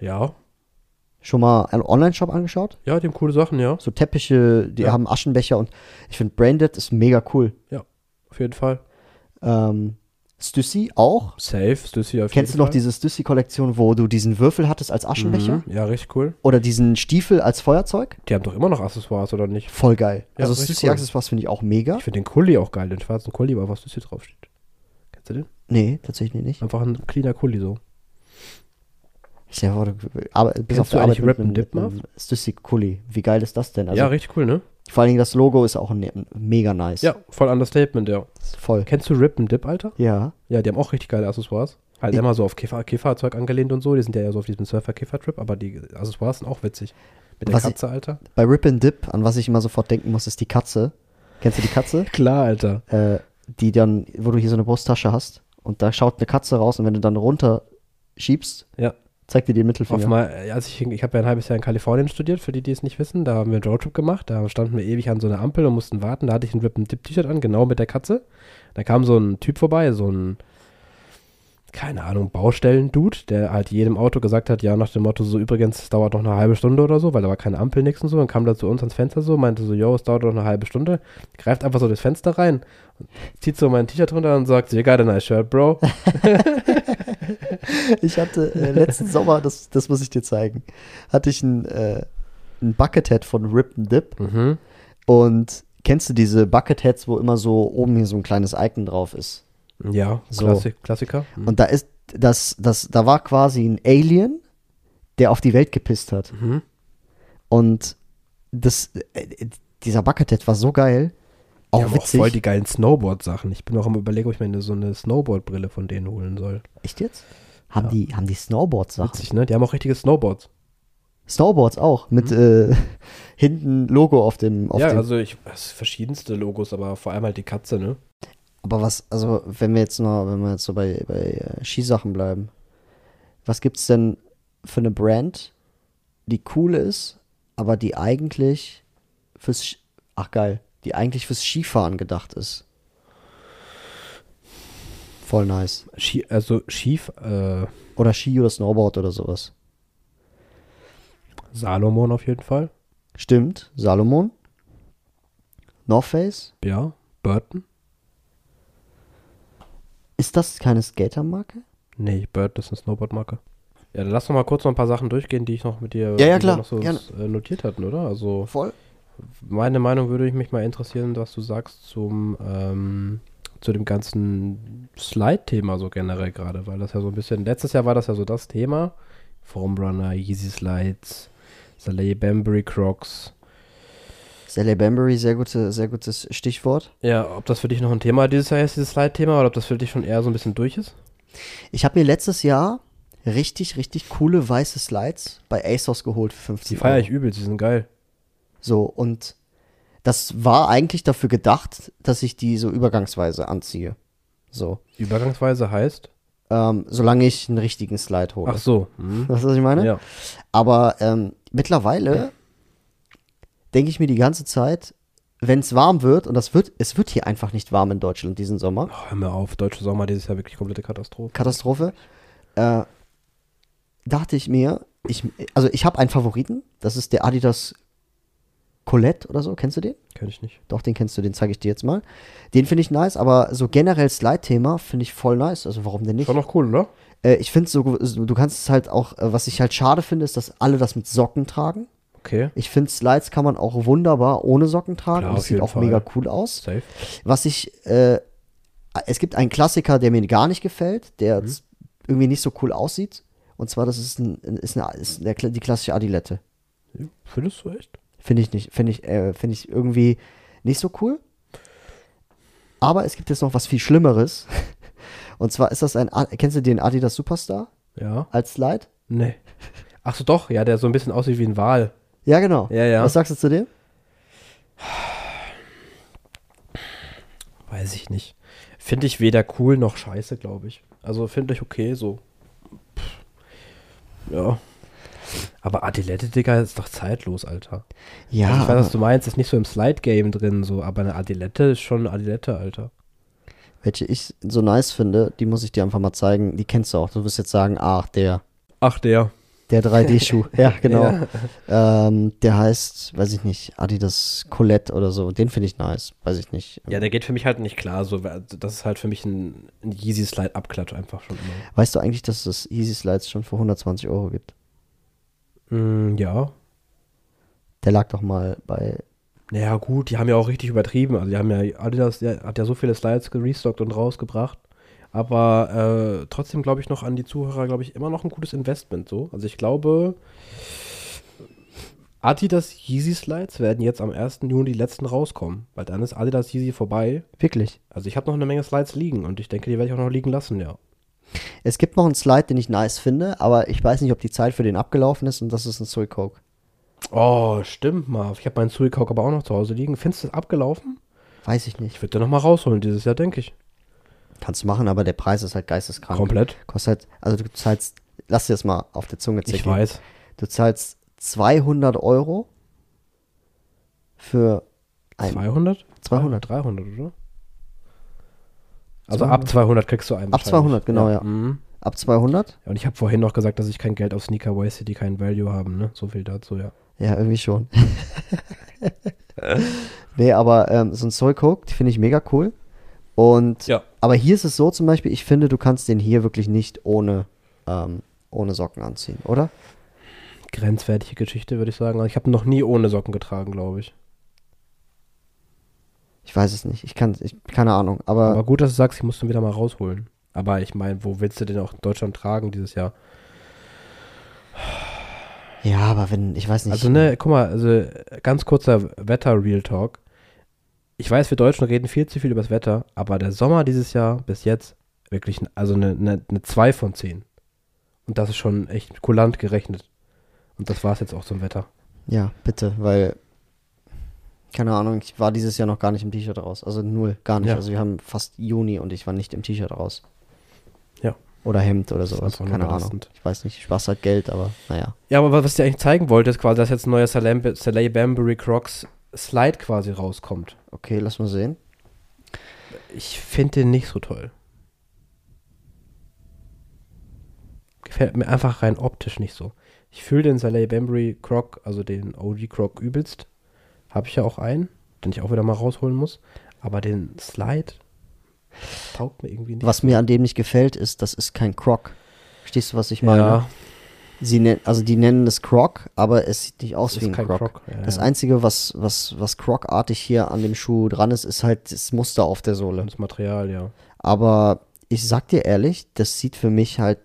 Speaker 2: Ja.
Speaker 1: schon mal einen Online-Shop angeschaut?
Speaker 2: Ja, die haben coole Sachen, ja.
Speaker 1: So Teppiche, die
Speaker 2: Ja.
Speaker 1: haben Aschenbecher und ich finde Braindead ist mega cool.
Speaker 2: Ja, auf jeden Fall.
Speaker 1: Ähm, Stussy auch.
Speaker 2: Safe, Stussy auf
Speaker 1: Kennst du
Speaker 2: jeden
Speaker 1: noch
Speaker 2: Fall.
Speaker 1: diese Stussy-Kollektion, wo du diesen Würfel hattest als Aschenbecher?
Speaker 2: Mhm. Ja, richtig cool.
Speaker 1: Oder diesen Stiefel als Feuerzeug?
Speaker 2: Die haben doch immer noch Accessoires, oder nicht?
Speaker 1: Voll geil.
Speaker 2: Ja,
Speaker 1: also
Speaker 2: richtig
Speaker 1: Stussy
Speaker 2: cool.
Speaker 1: Accessoires finde ich auch mega.
Speaker 2: Ich finde den Kulli auch geil, den schwarzen Kulli, aber was das hier draufsteht. Kennst du den?
Speaker 1: Nee, tatsächlich nicht.
Speaker 2: Einfach ein cleaner Kulli so.
Speaker 1: Ich sag, boah, du aber, bis
Speaker 2: Kennst
Speaker 1: auf der
Speaker 2: du
Speaker 1: Arbeit
Speaker 2: eigentlich
Speaker 1: mit
Speaker 2: Rip and
Speaker 1: einem-
Speaker 2: Dip,
Speaker 1: mit einem Stussy Kulli. Wie geil ist das denn? Also,
Speaker 2: ja, richtig cool, ne?
Speaker 1: vor allen Dingen das Logo ist auch ne mega nice.
Speaker 2: Ja, voll Understatement, ja.
Speaker 1: Voll.
Speaker 2: Kennst du Rip and Dip, Alter?
Speaker 1: Ja.
Speaker 2: Ja, die haben auch richtig geile Accessoires. Halt
Speaker 1: Ich-
Speaker 2: immer so auf Kiffer, Kifferzeug angelehnt und so. Die sind ja eher so auf diesem Surfer-Kiffer-Trip, aber die Accessoires sind auch witzig. Mit der
Speaker 1: Was ich-
Speaker 2: Katze, Alter.
Speaker 1: Bei Rip and Dip, an was ich immer sofort denken muss, ist die Katze. Kennst du die
Speaker 2: [LAUGHS]
Speaker 1: Katze?
Speaker 2: Klar, Alter.
Speaker 1: äh, die dann, wo du hier so eine Brusttasche hast und da schaut eine Katze raus und wenn du dann runter schiebst,
Speaker 2: Ja.
Speaker 1: zeigt dir den
Speaker 2: Auf
Speaker 1: Mittelfinger.
Speaker 2: mal, äh, als ich, ich habe ja ein halbes Jahr in Kalifornien studiert, für die, die es nicht wissen, da haben wir einen Roadtrip gemacht, da standen wir ewig an so einer Ampel und mussten warten, da hatte ich ein Rip and Dip T-Shirt an, genau mit der Katze. Da kam so ein Typ vorbei, so ein, keine Ahnung, Baustellen-Dude, der halt jedem Auto gesagt hat, ja, nach dem Motto, so übrigens, es dauert noch eine halbe Stunde oder so, weil da war keine Ampel, nix und so, und kam da zu uns ans Fenster so, meinte so, yo, es dauert noch eine halbe Stunde, greift einfach so das Fenster rein, zieht so mein T-Shirt runter und sagt, you got a nice shirt,
Speaker 1: [LAUGHS]
Speaker 2: bro.
Speaker 1: Ich hatte äh, letzten Sommer, das, das muss ich dir zeigen, hatte ich ein, äh, ein Buckethead von Rip and Dip
Speaker 2: mhm.
Speaker 1: und kennst du diese Bucketheads, wo immer so oben hier so ein kleines Icon drauf ist?
Speaker 2: Ja,
Speaker 1: So.
Speaker 2: Klassik, Klassiker. Mhm.
Speaker 1: Und da ist, das, das, da war quasi ein Alien, der auf die Welt gepisst hat.
Speaker 2: Mhm.
Speaker 1: Und das, äh, dieser Buckethead war so geil.
Speaker 2: Die
Speaker 1: Auch
Speaker 2: haben
Speaker 1: witzig.
Speaker 2: Auch voll die geilen Snowboard-Sachen. Ich bin auch am überlegen, ob ich mir eine, so eine Snowboard-Brille von denen holen soll.
Speaker 1: Echt jetzt? Haben die, haben die Snowboard-Sachen?
Speaker 2: Witzig, ne? Die haben auch richtige Snowboards.
Speaker 1: Snowboards auch, mit äh, [LAUGHS] hinten Logo auf dem, auf
Speaker 2: Mhm. ja,
Speaker 1: dem.
Speaker 2: also ich, das verschiedenste Logos, aber vor allem halt die Katze, ne?
Speaker 1: Aber was, also wenn wir jetzt noch, wenn wir jetzt so bei, bei äh, Skisachen bleiben, was gibt's denn für eine Brand, die cool ist, aber die eigentlich fürs, Sch- ach geil, die eigentlich fürs Skifahren gedacht ist? Voll nice.
Speaker 2: Ski, also schief, äh,
Speaker 1: Oder Ski oder Snowboard oder sowas.
Speaker 2: Salomon auf jeden Fall.
Speaker 1: Stimmt, Salomon, North Face,
Speaker 2: Ja, Burton.
Speaker 1: ist das keine Skatermarke?
Speaker 2: Nee, Burton ist eine Snowboard-Marke. Ja, dann lass doch mal kurz noch ein paar Sachen durchgehen, die ich noch mit
Speaker 1: Ja,
Speaker 2: dir
Speaker 1: ja,
Speaker 2: die wir
Speaker 1: klar,
Speaker 2: noch so
Speaker 1: gerne.
Speaker 2: äh, notiert hatten, oder? Also
Speaker 1: Voll.
Speaker 2: meine Meinung würde ich mich mal interessieren, was du sagst zum ähm, zu dem ganzen Slide-Thema so generell gerade, weil das ja so ein bisschen, letztes Jahr war das ja so das Thema, Formrunner, Yeezy Slides, Saleh Bambury Crocs.
Speaker 1: Sally Bambury, sehr, gute, sehr gutes Stichwort.
Speaker 2: Ja, ob das für dich noch ein Thema dieses Jahr ist, dieses Slide-Thema, oder ob das für dich schon eher so ein bisschen durch ist?
Speaker 1: Ich habe mir letztes Jahr richtig, richtig coole weiße Slides bei ASOS geholt für 50
Speaker 2: Die feiere
Speaker 1: Euro.
Speaker 2: ich übel, die sind geil.
Speaker 1: So, und das war eigentlich dafür gedacht, dass ich die so übergangsweise anziehe. So,
Speaker 2: Übergangsweise heißt,
Speaker 1: ähm, solange ich einen richtigen Slide hole.
Speaker 2: ach so,
Speaker 1: [LAUGHS]
Speaker 2: hm,
Speaker 1: Weißt du, was ich meine?
Speaker 2: ja,
Speaker 1: Aber ähm, mittlerweile denke ich mir die ganze Zeit, wenn es warm wird, und das wird, es wird hier einfach nicht warm in Deutschland diesen Sommer,
Speaker 2: oh, hör mir auf, deutsche Sommer dieses Jahr wirklich komplette Katastrophe.
Speaker 1: Katastrophe, äh, dachte ich mir, ich, also ich habe einen Favoriten, das ist der Adidas Colette oder so, kennst du den?
Speaker 2: Kenn ich nicht.
Speaker 1: Doch, den kennst du, den zeige ich dir jetzt mal. Den finde ich nice, aber so generell Slide-Thema finde ich voll nice, also warum denn nicht?
Speaker 2: Schon noch cool, oder?
Speaker 1: Äh, ich finde so, du kannst es halt auch, äh, was ich halt schade finde, ist, dass alle das mit Socken tragen.
Speaker 2: Okay,
Speaker 1: Ich finde, Slides kann man auch wunderbar ohne Socken tragen.
Speaker 2: Klar,
Speaker 1: und
Speaker 2: auf
Speaker 1: das sieht
Speaker 2: jeden
Speaker 1: auch
Speaker 2: Fall.
Speaker 1: mega cool aus.
Speaker 2: safe.
Speaker 1: Was ich, äh, es gibt einen Klassiker, der mir gar nicht gefällt, der z- irgendwie nicht so cool aussieht. Und zwar, das ist, ein, ist, eine, ist der, die klassische Adilette.
Speaker 2: Findest du echt?
Speaker 1: Finde ich nicht, finde ich, äh, finde ich irgendwie nicht so cool. Aber es gibt jetzt noch was viel Schlimmeres. [LAUGHS] Und zwar ist das ein, Ad- kennst du den Adidas Superstar
Speaker 2: Ja.
Speaker 1: als Slide?
Speaker 2: Nee. Ach so, doch, ja, der so ein bisschen aussieht wie ein Wal.
Speaker 1: Ja, genau.
Speaker 2: Ja, ja.
Speaker 1: Was sagst du zu dem?
Speaker 2: Weiß ich nicht. Finde ich weder cool noch scheiße, glaube ich. Also finde ich okay, so. Pff. Ja. Aber Adilette, Digga, ist doch zeitlos, Alter.
Speaker 1: Ja,
Speaker 2: also ich weiß,
Speaker 1: aber
Speaker 2: was du meinst, ist nicht so im Slide-Game drin, so, aber eine Adilette ist schon eine Adilette, Alter.
Speaker 1: welche ich so nice finde, die muss ich dir einfach mal zeigen. Die kennst du auch. Du wirst jetzt sagen, ach, der,
Speaker 2: Ach, der.
Speaker 1: der
Speaker 2: [LAUGHS]
Speaker 1: 3D-Schuh. ja, genau. Ähm, der heißt, weiß ich nicht, Adidas Colette oder so. Den finde ich nice. Weiß ich nicht.
Speaker 2: Ja, der geht für mich halt nicht klar, so. weil Das ist halt für mich ein, ein Yeezy-Slide-Abklatsch einfach schon immer.
Speaker 1: Weißt du eigentlich, dass es Easy Slides schon für 120 Euro gibt?
Speaker 2: Mm, ja.
Speaker 1: Der lag doch mal bei.
Speaker 2: Naja, gut, die haben ja auch richtig übertrieben. Also, die haben ja, Adidas der hat ja so viele Slides gerestockt und rausgebracht. Aber äh, trotzdem glaube ich noch an die Zuhörer, glaube ich, immer noch ein gutes Investment so. Also, ich glaube, Adidas Yeezy Slides werden jetzt am 1. Juni die letzten rauskommen, weil dann ist Adidas Yeezy vorbei.
Speaker 1: Wirklich?
Speaker 2: Also, ich habe noch eine Menge Slides liegen und ich denke, die werde ich auch noch liegen lassen, ja.
Speaker 1: Es gibt noch einen Slide, den ich nice finde, aber ich weiß nicht, ob die Zeit für den abgelaufen ist und das ist ein Soy Coke.
Speaker 2: Oh, stimmt, Marv. Ich habe meinen Surikauk aber auch noch zu Hause liegen. Findest du es abgelaufen?
Speaker 1: Weiß ich nicht.
Speaker 2: Ich würde den nochmal rausholen dieses Jahr, denke ich.
Speaker 1: Kannst du machen, aber der Preis ist halt geisteskrank.
Speaker 2: Komplett.
Speaker 1: Kostet, also du zahlst, lass dir das mal auf der Zunge
Speaker 2: Ich
Speaker 1: zergehen.
Speaker 2: weiß.
Speaker 1: Du zahlst 200 Euro für ein,
Speaker 2: 200?
Speaker 1: 200.
Speaker 2: 300, oder? Also ab 200 kriegst du einen.
Speaker 1: Ab
Speaker 2: wahrscheinlich.
Speaker 1: 200, genau, ja.
Speaker 2: mhm.
Speaker 1: ab 200?
Speaker 2: Ja, Und ich habe vorhin noch gesagt, dass ich kein Geld auf Sneaker waste, die keinen Value haben, ne? So viel dazu, ja.
Speaker 1: Ja, irgendwie schon. [LAUGHS] nee, aber ähm, so ein Soy Coke, die finde ich mega cool. Und
Speaker 2: Ja.
Speaker 1: aber hier ist es so zum Beispiel, ich finde, du kannst den hier wirklich nicht ohne, ähm, ohne Socken anziehen, oder?
Speaker 2: Grenzwertige Geschichte, würde ich sagen. Also Ich habe noch nie ohne Socken getragen, glaube ich.
Speaker 1: Ich weiß es nicht. Ich kann, ich, keine Ahnung. Aber,
Speaker 2: Aber gut, dass du sagst, ich muss den wieder mal rausholen. Aber ich meine, wo willst du den auch in Deutschland tragen dieses Jahr?
Speaker 1: ja, aber wenn, ich weiß nicht.
Speaker 2: Also, ne, guck mal, also ganz kurzer Wetter-Real-Talk. Ich weiß, wir Deutschen reden viel zu viel über das Wetter, aber der Sommer dieses Jahr bis jetzt wirklich, n- also eine ne, ne 2 von 10. Und das ist schon echt kulant gerechnet. Und das war es jetzt auch zum Wetter.
Speaker 1: Ja, bitte, weil keine Ahnung, ich war dieses Jahr noch gar nicht im T-Shirt raus. Also null, gar nicht.
Speaker 2: Ja.
Speaker 1: Also wir haben fast Juni und ich war nicht im T-Shirt raus.
Speaker 2: Ja.
Speaker 1: Oder Hemd oder
Speaker 2: ist
Speaker 1: sowas.
Speaker 2: einfach nur
Speaker 1: Keine Ahnung.
Speaker 2: belastend.
Speaker 1: Ich weiß nicht, Spaß hat Geld, aber naja.
Speaker 2: Ja, aber was- was ich dir eigentlich zeigen wollte, ist quasi, dass jetzt ein neuer Salem- Saleh Bambury Crocs Slide quasi rauskommt.
Speaker 1: Okay, lass mal sehen.
Speaker 2: Ich finde den nicht so toll. Gefällt mir einfach rein optisch nicht so. Ich fühle den Saleh Bambury Croc, also den OG Croc übelst. Habe ich ja auch einen, den ich auch wieder mal rausholen muss. Aber den Slide taugt mir irgendwie nicht.
Speaker 1: Was mir an dem nicht gefällt, ist, das ist kein Croc. Verstehst du, was ich ne? meine?
Speaker 2: ja,
Speaker 1: Sie nennen, also die nennen es Croc, aber es sieht nicht aus
Speaker 2: Ist
Speaker 1: wie ein
Speaker 2: kein
Speaker 1: Croc.
Speaker 2: Croc, ja,
Speaker 1: das
Speaker 2: ja.
Speaker 1: Einzige, was, was, was Croc-artig hier an dem Schuh dran ist, ist halt das Muster auf der Sohle.
Speaker 2: das Material, ja.
Speaker 1: Aber ich sag dir ehrlich, das sieht für mich halt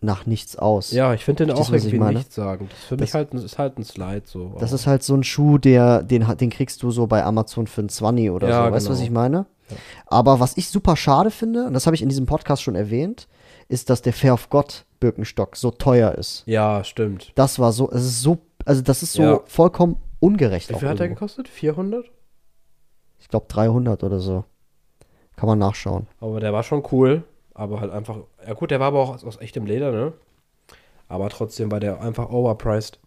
Speaker 1: nach nichts aus.
Speaker 2: Ja, ich finde den
Speaker 1: Verstehst
Speaker 2: auch
Speaker 1: du, was ich
Speaker 2: irgendwie
Speaker 1: meine?
Speaker 2: nicht sagen. Das ist für mich
Speaker 1: Das-
Speaker 2: halt, ein- ist halt ein Slide so.
Speaker 1: Das
Speaker 2: Aber-
Speaker 1: ist halt so ein Schuh, der, den, hat- den kriegst du so bei Amazon für einen 20 oder
Speaker 2: Ja,
Speaker 1: so. Weißt du, was
Speaker 2: genau.
Speaker 1: ich meine? Aber was ich super schade finde, und das habe ich in diesem Podcast schon erwähnt, ist, dass der Fair of God Birkenstock so teuer ist.
Speaker 2: ja, stimmt.
Speaker 1: Das war so, es ist so, also das ist so
Speaker 2: Ja.
Speaker 1: vollkommen ungerecht.
Speaker 2: Wie
Speaker 1: auch
Speaker 2: viel hat der
Speaker 1: irgendwo.
Speaker 2: gekostet? 400?
Speaker 1: ich glaube 300 oder so. Kann man nachschauen.
Speaker 2: Aber der war schon cool. Aber halt einfach. Ja, gut, der war aber auch aus, aus echtem Leder, ne? Aber trotzdem war der einfach overpriced.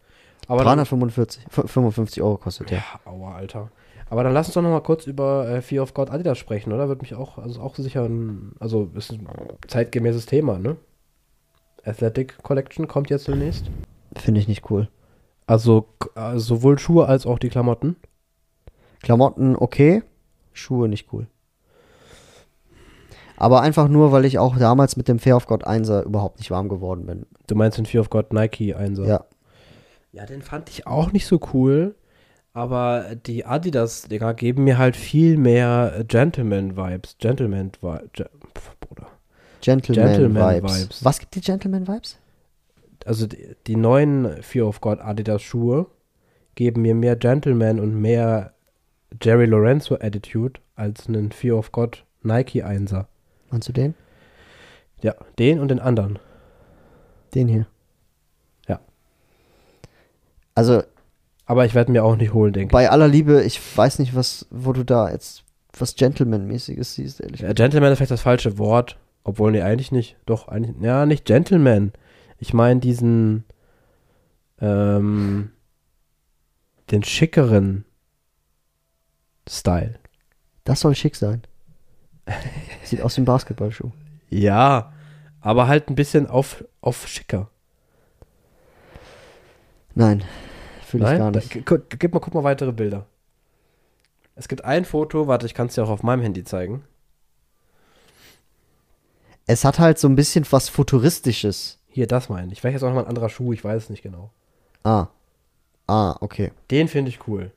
Speaker 2: Aber
Speaker 1: 345, 55 Euro kostet der.
Speaker 2: Dann, ja, aua, Alter. Aber dann lass uns doch noch mal kurz über äh, Fear of God Adidas sprechen, oder? Wird mich auch, also ist auch sicher ein, also ist ein zeitgemäßes Thema, ne? Athletic Collection kommt jetzt demnächst.
Speaker 1: Finde ich nicht cool.
Speaker 2: Also k- äh, sowohl Schuhe als auch die Klamotten.
Speaker 1: Klamotten okay, Schuhe nicht cool. Aber einfach nur, weil ich auch damals mit dem Fair of God 1er überhaupt nicht warm geworden bin.
Speaker 2: Du meinst den Fear of God Nike Einsatz.
Speaker 1: Ja.
Speaker 2: Ja, den fand ich auch nicht so cool, aber die Adidas-Dinger geben mir halt viel mehr Gentleman-Vibes. Gentleman-Vibes. Ge Pff, Bruder.
Speaker 1: Gentleman,
Speaker 2: Gentleman
Speaker 1: Vibes.
Speaker 2: Vibes.
Speaker 1: Was gibt die Gentleman Vibes?
Speaker 2: also die, die neuen Fear of God Adidas Schuhe geben mir mehr Gentleman und mehr Jerry Lorenzo Attitude als einen Fear of God Nike Einser.
Speaker 1: Meinst du den?
Speaker 2: Ja, den und den anderen.
Speaker 1: Den hier.
Speaker 2: Ja.
Speaker 1: Also
Speaker 2: Aber ich werde mir auch nicht holen, denke
Speaker 1: bei aller Liebe, ich weiß nicht, was, wo du da jetzt was Gentleman-mäßiges siehst, ehrlich
Speaker 2: ich. Ja, Gentleman ist vielleicht das falsche Wort. Obwohl, nee, eigentlich nicht. Doch, eigentlich. Ja, nicht Gentleman. Ich meine diesen. Ähm, den schickeren Style.
Speaker 1: Das soll schick sein. Sieht aus wie ein Basketballschuh.
Speaker 2: Ja, aber halt ein bisschen auf, auf schicker.
Speaker 1: Nein, fühle ich gar nicht.
Speaker 2: Da, gu- gib mal, guck mal weitere Bilder. Es gibt ein Foto, warte, ich kann es dir auch auf meinem Handy zeigen.
Speaker 1: Es hat halt so ein bisschen was Futuristisches.
Speaker 2: Hier, das meine ich. Vielleicht ist auch nochmal ein anderer Schuh, ich weiß es nicht genau.
Speaker 1: Ah. Ah, okay.
Speaker 2: Den finde ich cool.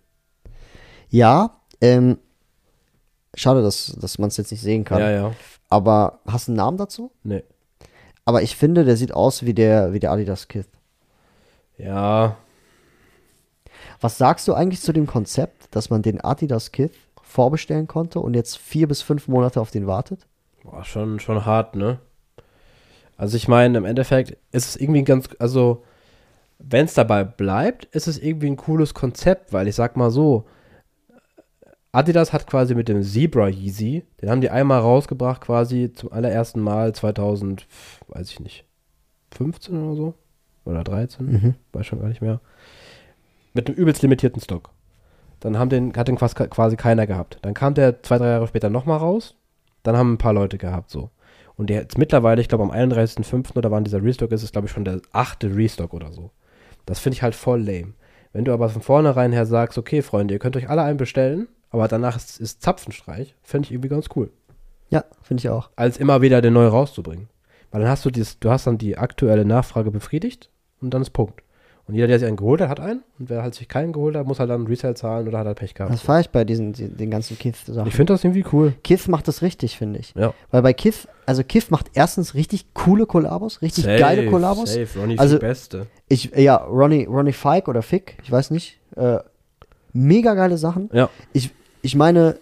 Speaker 1: Ja, ähm, schade, dass, dass man es jetzt nicht sehen kann.
Speaker 2: Ja, ja.
Speaker 1: Aber hast du einen Namen dazu?
Speaker 2: Nee.
Speaker 1: Aber ich finde, der sieht aus wie der, wie der Adidas Kith.
Speaker 2: Ja,
Speaker 1: Was sagst du eigentlich zu dem Konzept, dass man den Adidas Kith vorbestellen konnte und jetzt vier bis fünf Monate auf den wartet?
Speaker 2: Boah, schon, schon hart, ne? Also ich meine, im Endeffekt ist es irgendwie ein ganz, also wenn es dabei bleibt, ist es irgendwie ein cooles Konzept, weil ich sag mal so, Adidas hat quasi mit dem Zebra Yeezy, den haben die einmal rausgebracht quasi zum allerersten Mal 2000, weiß ich nicht, 15 oder so oder 13, weiß schon gar nicht mehr, mit einem übelst limitierten Stock. Dann haben den, hat den quasi, quasi keiner gehabt. Dann kam der zwei, drei Jahre später nochmal raus, dann haben ein paar Leute gehabt so. Und der jetzt mittlerweile, ich glaube am 31.05. oder wann dieser Restock ist, ist glaube ich schon der achte Restock oder so. Das finde ich halt voll lame. Wenn du aber von vornherein her sagst, okay Freunde, ihr könnt euch alle einen bestellen, aber danach ist, ist Zapfenstreich, finde ich irgendwie ganz cool.
Speaker 1: Ja, finde ich auch.
Speaker 2: Als immer wieder den neu rauszubringen. Weil dann hast du dieses, du hast dann die aktuelle Nachfrage befriedigt und dann ist Punkt. Und jeder, der sich einen geholt hat, hat einen. Und wer halt sich keinen geholt hat, muss halt dann Resale zahlen oder hat halt Pech gehabt.
Speaker 1: Das fahre ich bei diesen, die- den ganzen Kith-Sachen.
Speaker 2: Ich finde das irgendwie cool.
Speaker 1: Kith macht das richtig, finde ich.
Speaker 2: Ja.
Speaker 1: Weil bei Kith, also Kith macht erstens richtig coole Kollabos, richtig geile Kollabos.
Speaker 2: Safe, Ronny
Speaker 1: Also-
Speaker 2: ist die Beste.
Speaker 1: Ich, ja, Ronnie, Ronnie Fike oder Fick, ich weiß nicht. Äh, mega geile Sachen.
Speaker 2: Ja.
Speaker 1: Ich, ich meine,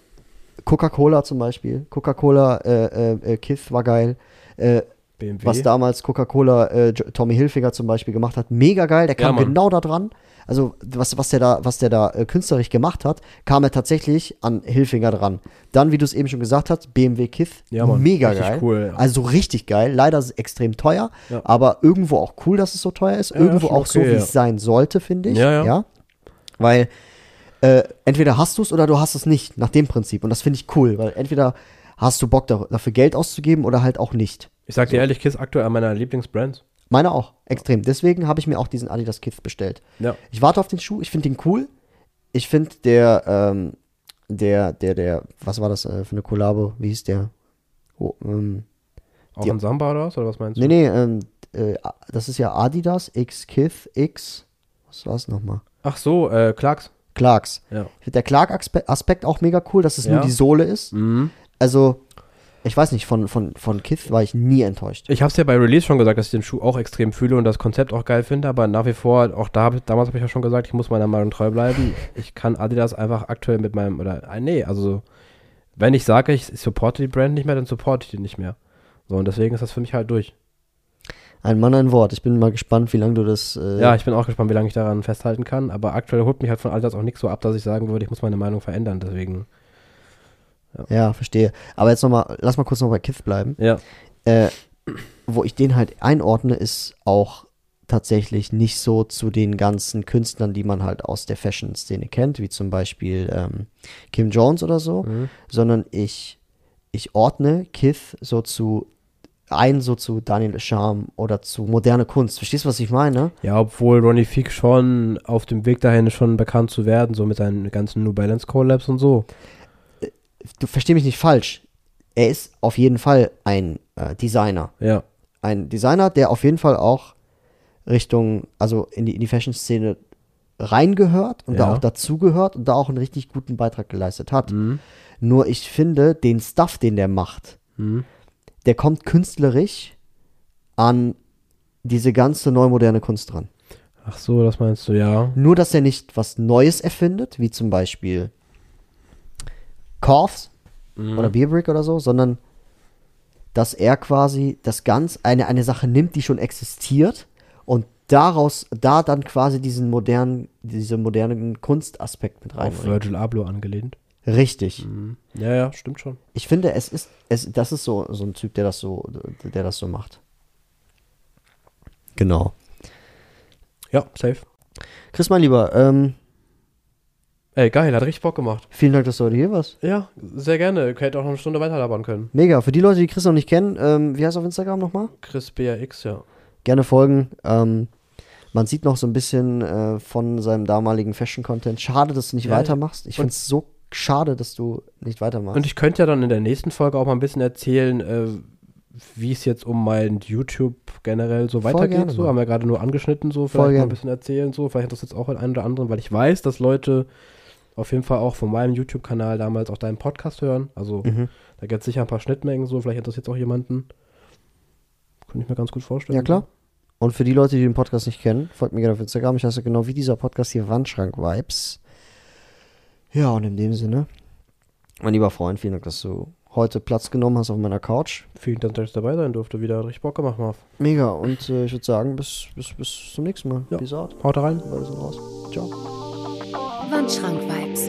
Speaker 1: Coca-Cola zum Beispiel. Coca-Cola, äh, äh, äh, Kith war geil. Äh,
Speaker 2: BMW.
Speaker 1: was damals Coca-Cola äh, Jo- Tommy Hilfiger zum Beispiel gemacht hat. Mega geil, der
Speaker 2: Ja,
Speaker 1: kam
Speaker 2: Mann.
Speaker 1: genau da dran. Also was, was der da, was der da äh, künstlerisch gemacht hat, kam er tatsächlich an Hilfiger dran. Dann, wie du es eben schon gesagt hast, BMW Kith,
Speaker 2: Ja, Mann.
Speaker 1: mega
Speaker 2: Richtig
Speaker 1: geil.
Speaker 2: cool, ja.
Speaker 1: Also richtig geil, leider ist es extrem teuer,
Speaker 2: Ja.
Speaker 1: aber irgendwo auch cool, dass es so teuer ist.
Speaker 2: ja,
Speaker 1: irgendwo
Speaker 2: schon
Speaker 1: auch so,
Speaker 2: okay,
Speaker 1: wie
Speaker 2: ja.
Speaker 1: es sein sollte, finde ich.
Speaker 2: Ja, ja.
Speaker 1: Weil äh, entweder hast du es oder du hast es nicht, nach dem Prinzip. Und das finde ich cool, weil entweder hast du Bock da- dafür Geld auszugeben oder halt auch nicht.
Speaker 2: Ich sag dir ehrlich, Kiss aktuell an meiner Lieblingsbrands.
Speaker 1: Meine auch, extrem. Deswegen habe ich mir auch diesen Adidas Kith bestellt.
Speaker 2: Ja.
Speaker 1: Ich warte auf den Schuh, ich finde den cool. Ich finde der, ähm, der, der, der, was war das äh, für eine Kollabo? Wie hieß der? Oh, ähm,
Speaker 2: Auch
Speaker 1: Ja.
Speaker 2: ein Samba oder was? Oder was meinst du?
Speaker 1: nee, nee, ähm, äh, das ist ja Adidas X Kith X, was war es nochmal?
Speaker 2: Ach so, äh, Clarks.
Speaker 1: Clarks.
Speaker 2: Ja.
Speaker 1: Ich finde der Clark-Aspekt auch mega cool, dass es
Speaker 2: Ja.
Speaker 1: nur die Sohle ist.
Speaker 2: Mhm.
Speaker 1: Also, ich weiß nicht, von, von, von Kith war ich nie enttäuscht.
Speaker 2: Ich hab's ja bei Release schon gesagt, dass ich den Schuh auch extrem fühle und das Konzept auch geil finde, aber nach wie vor, auch da, hab ich- damals habe ich ja schon gesagt, ich muss meiner Meinung treu bleiben. Ich kann Adidas einfach aktuell mit meinem, oder, äh, nee, also, wenn ich sage, ich supporte die Brand nicht mehr, dann supporte ich die nicht mehr. So, und deswegen ist das für mich halt durch.
Speaker 1: Ein Mann, ein Wort. Ich bin mal gespannt, wie lange du das. Äh,
Speaker 2: Ja, ich bin auch gespannt, wie lange ich daran festhalten kann, aber aktuell holt mich halt von Adidas auch nichts so ab, dass ich sagen würde, ich muss meine Meinung verändern, deswegen,
Speaker 1: ja, verstehe. Aber jetzt nochmal, lass mal kurz noch bei Kith bleiben.
Speaker 2: ja.
Speaker 1: äh, wo ich den halt einordne, ist auch tatsächlich nicht so zu den ganzen Künstlern, die man halt aus der Fashion-Szene kennt, wie zum Beispiel ähm, Kim Jones oder so, sondern ich, ich ordne Kith so zu ein, so zu Daniel Scham oder zu moderne Kunst. Verstehst du, was ich meine?
Speaker 2: Ja, obwohl Ronnie Fick schon auf dem Weg dahin ist, schon bekannt zu werden, so mit seinen ganzen New Balance Collabs und so.
Speaker 1: Du versteh mich nicht falsch. Er ist auf jeden Fall ein äh, Designer.
Speaker 2: Ja.
Speaker 1: ein Designer, der auf jeden Fall auch Richtung, also in die, in die Fashion-Szene reingehört und da
Speaker 2: Ja.
Speaker 1: auch dazugehört und da auch einen richtig guten Beitrag geleistet hat. Nur ich finde, den Stuff, den der macht, der kommt künstlerisch an diese ganze neumoderne Kunst dran.
Speaker 2: Ach so, das meinst du, ja.
Speaker 1: Nur, dass er nicht was Neues erfindet, wie zum Beispiel Korfs oder Bierbrick oder so, sondern dass er quasi das ganz eine, eine Sache nimmt, die schon existiert und daraus, da dann quasi diesen modernen, diesen modernen Kunstaspekt mit
Speaker 2: Auf
Speaker 1: reinbringt.
Speaker 2: Virgil Abloh angelehnt.
Speaker 1: Richtig.
Speaker 2: Mhm. Ja, ja, stimmt schon.
Speaker 1: Ich finde, es ist, es, das ist so, so ein Typ, der das so, der das so macht. Genau.
Speaker 2: Ja, safe.
Speaker 1: Chris, mein Lieber, ähm,
Speaker 2: Ey, geil, hat richtig Bock gemacht.
Speaker 1: vielen Dank, dass du heute hier warst.
Speaker 2: Ja, sehr gerne. Hätte auch noch eine Stunde weiter labern können.
Speaker 1: Mega. Für die Leute, die Chris noch nicht kennen, ähm, wie heißt er auf Instagram nochmal?
Speaker 2: Chris BRX, ja.
Speaker 1: Gerne folgen. Ähm, man sieht noch so ein bisschen äh, von seinem damaligen Fashion-Content. Schade, dass du nicht
Speaker 2: Ja,
Speaker 1: weitermachst. Ich
Speaker 2: Und-
Speaker 1: finde es so schade, dass du nicht weitermachst.
Speaker 2: Und ich könnte ja dann in der nächsten Folge auch mal ein bisschen erzählen, äh, wie es jetzt um mein YouTube generell so
Speaker 1: Voll
Speaker 2: weitergeht.
Speaker 1: gerne,
Speaker 2: so
Speaker 1: Mann.
Speaker 2: haben wir gerade nur angeschnitten, so
Speaker 1: Voll
Speaker 2: vielleicht mal
Speaker 1: gerne.
Speaker 2: ein bisschen erzählen, so vielleicht interessiert es auch den einen oder anderen, weil ich weiß, dass Leute auf jeden Fall auch von meinem YouTube-Kanal damals auch deinen Podcast hören. Also
Speaker 1: Mhm.
Speaker 2: da gibt es sicher ein paar Schnittmengen, so vielleicht interessiert es auch jemanden. Könnte ich mir ganz gut vorstellen.
Speaker 1: ja, klar. Und für die Leute, die den Podcast nicht kennen, folgt mir gerne auf Instagram. Ich heiße genau wie dieser Podcast hier Wandschrank-Vibes. Ja, und in dem Sinne, mein lieber Freund, vielen Dank, dass du heute Platz genommen hast auf meiner Couch.
Speaker 2: Vielen Dank, dass ich dabei sein durfte. Wieder hat richtig Bock gemacht, Marv.
Speaker 1: Mega. Und äh, ich würde sagen, bis, bis, bis zum nächsten Mal.
Speaker 2: Ja.
Speaker 1: Peace out.
Speaker 2: Haut rein.
Speaker 1: Beide sind raus. Ciao.
Speaker 3: Wandschrank Vibes.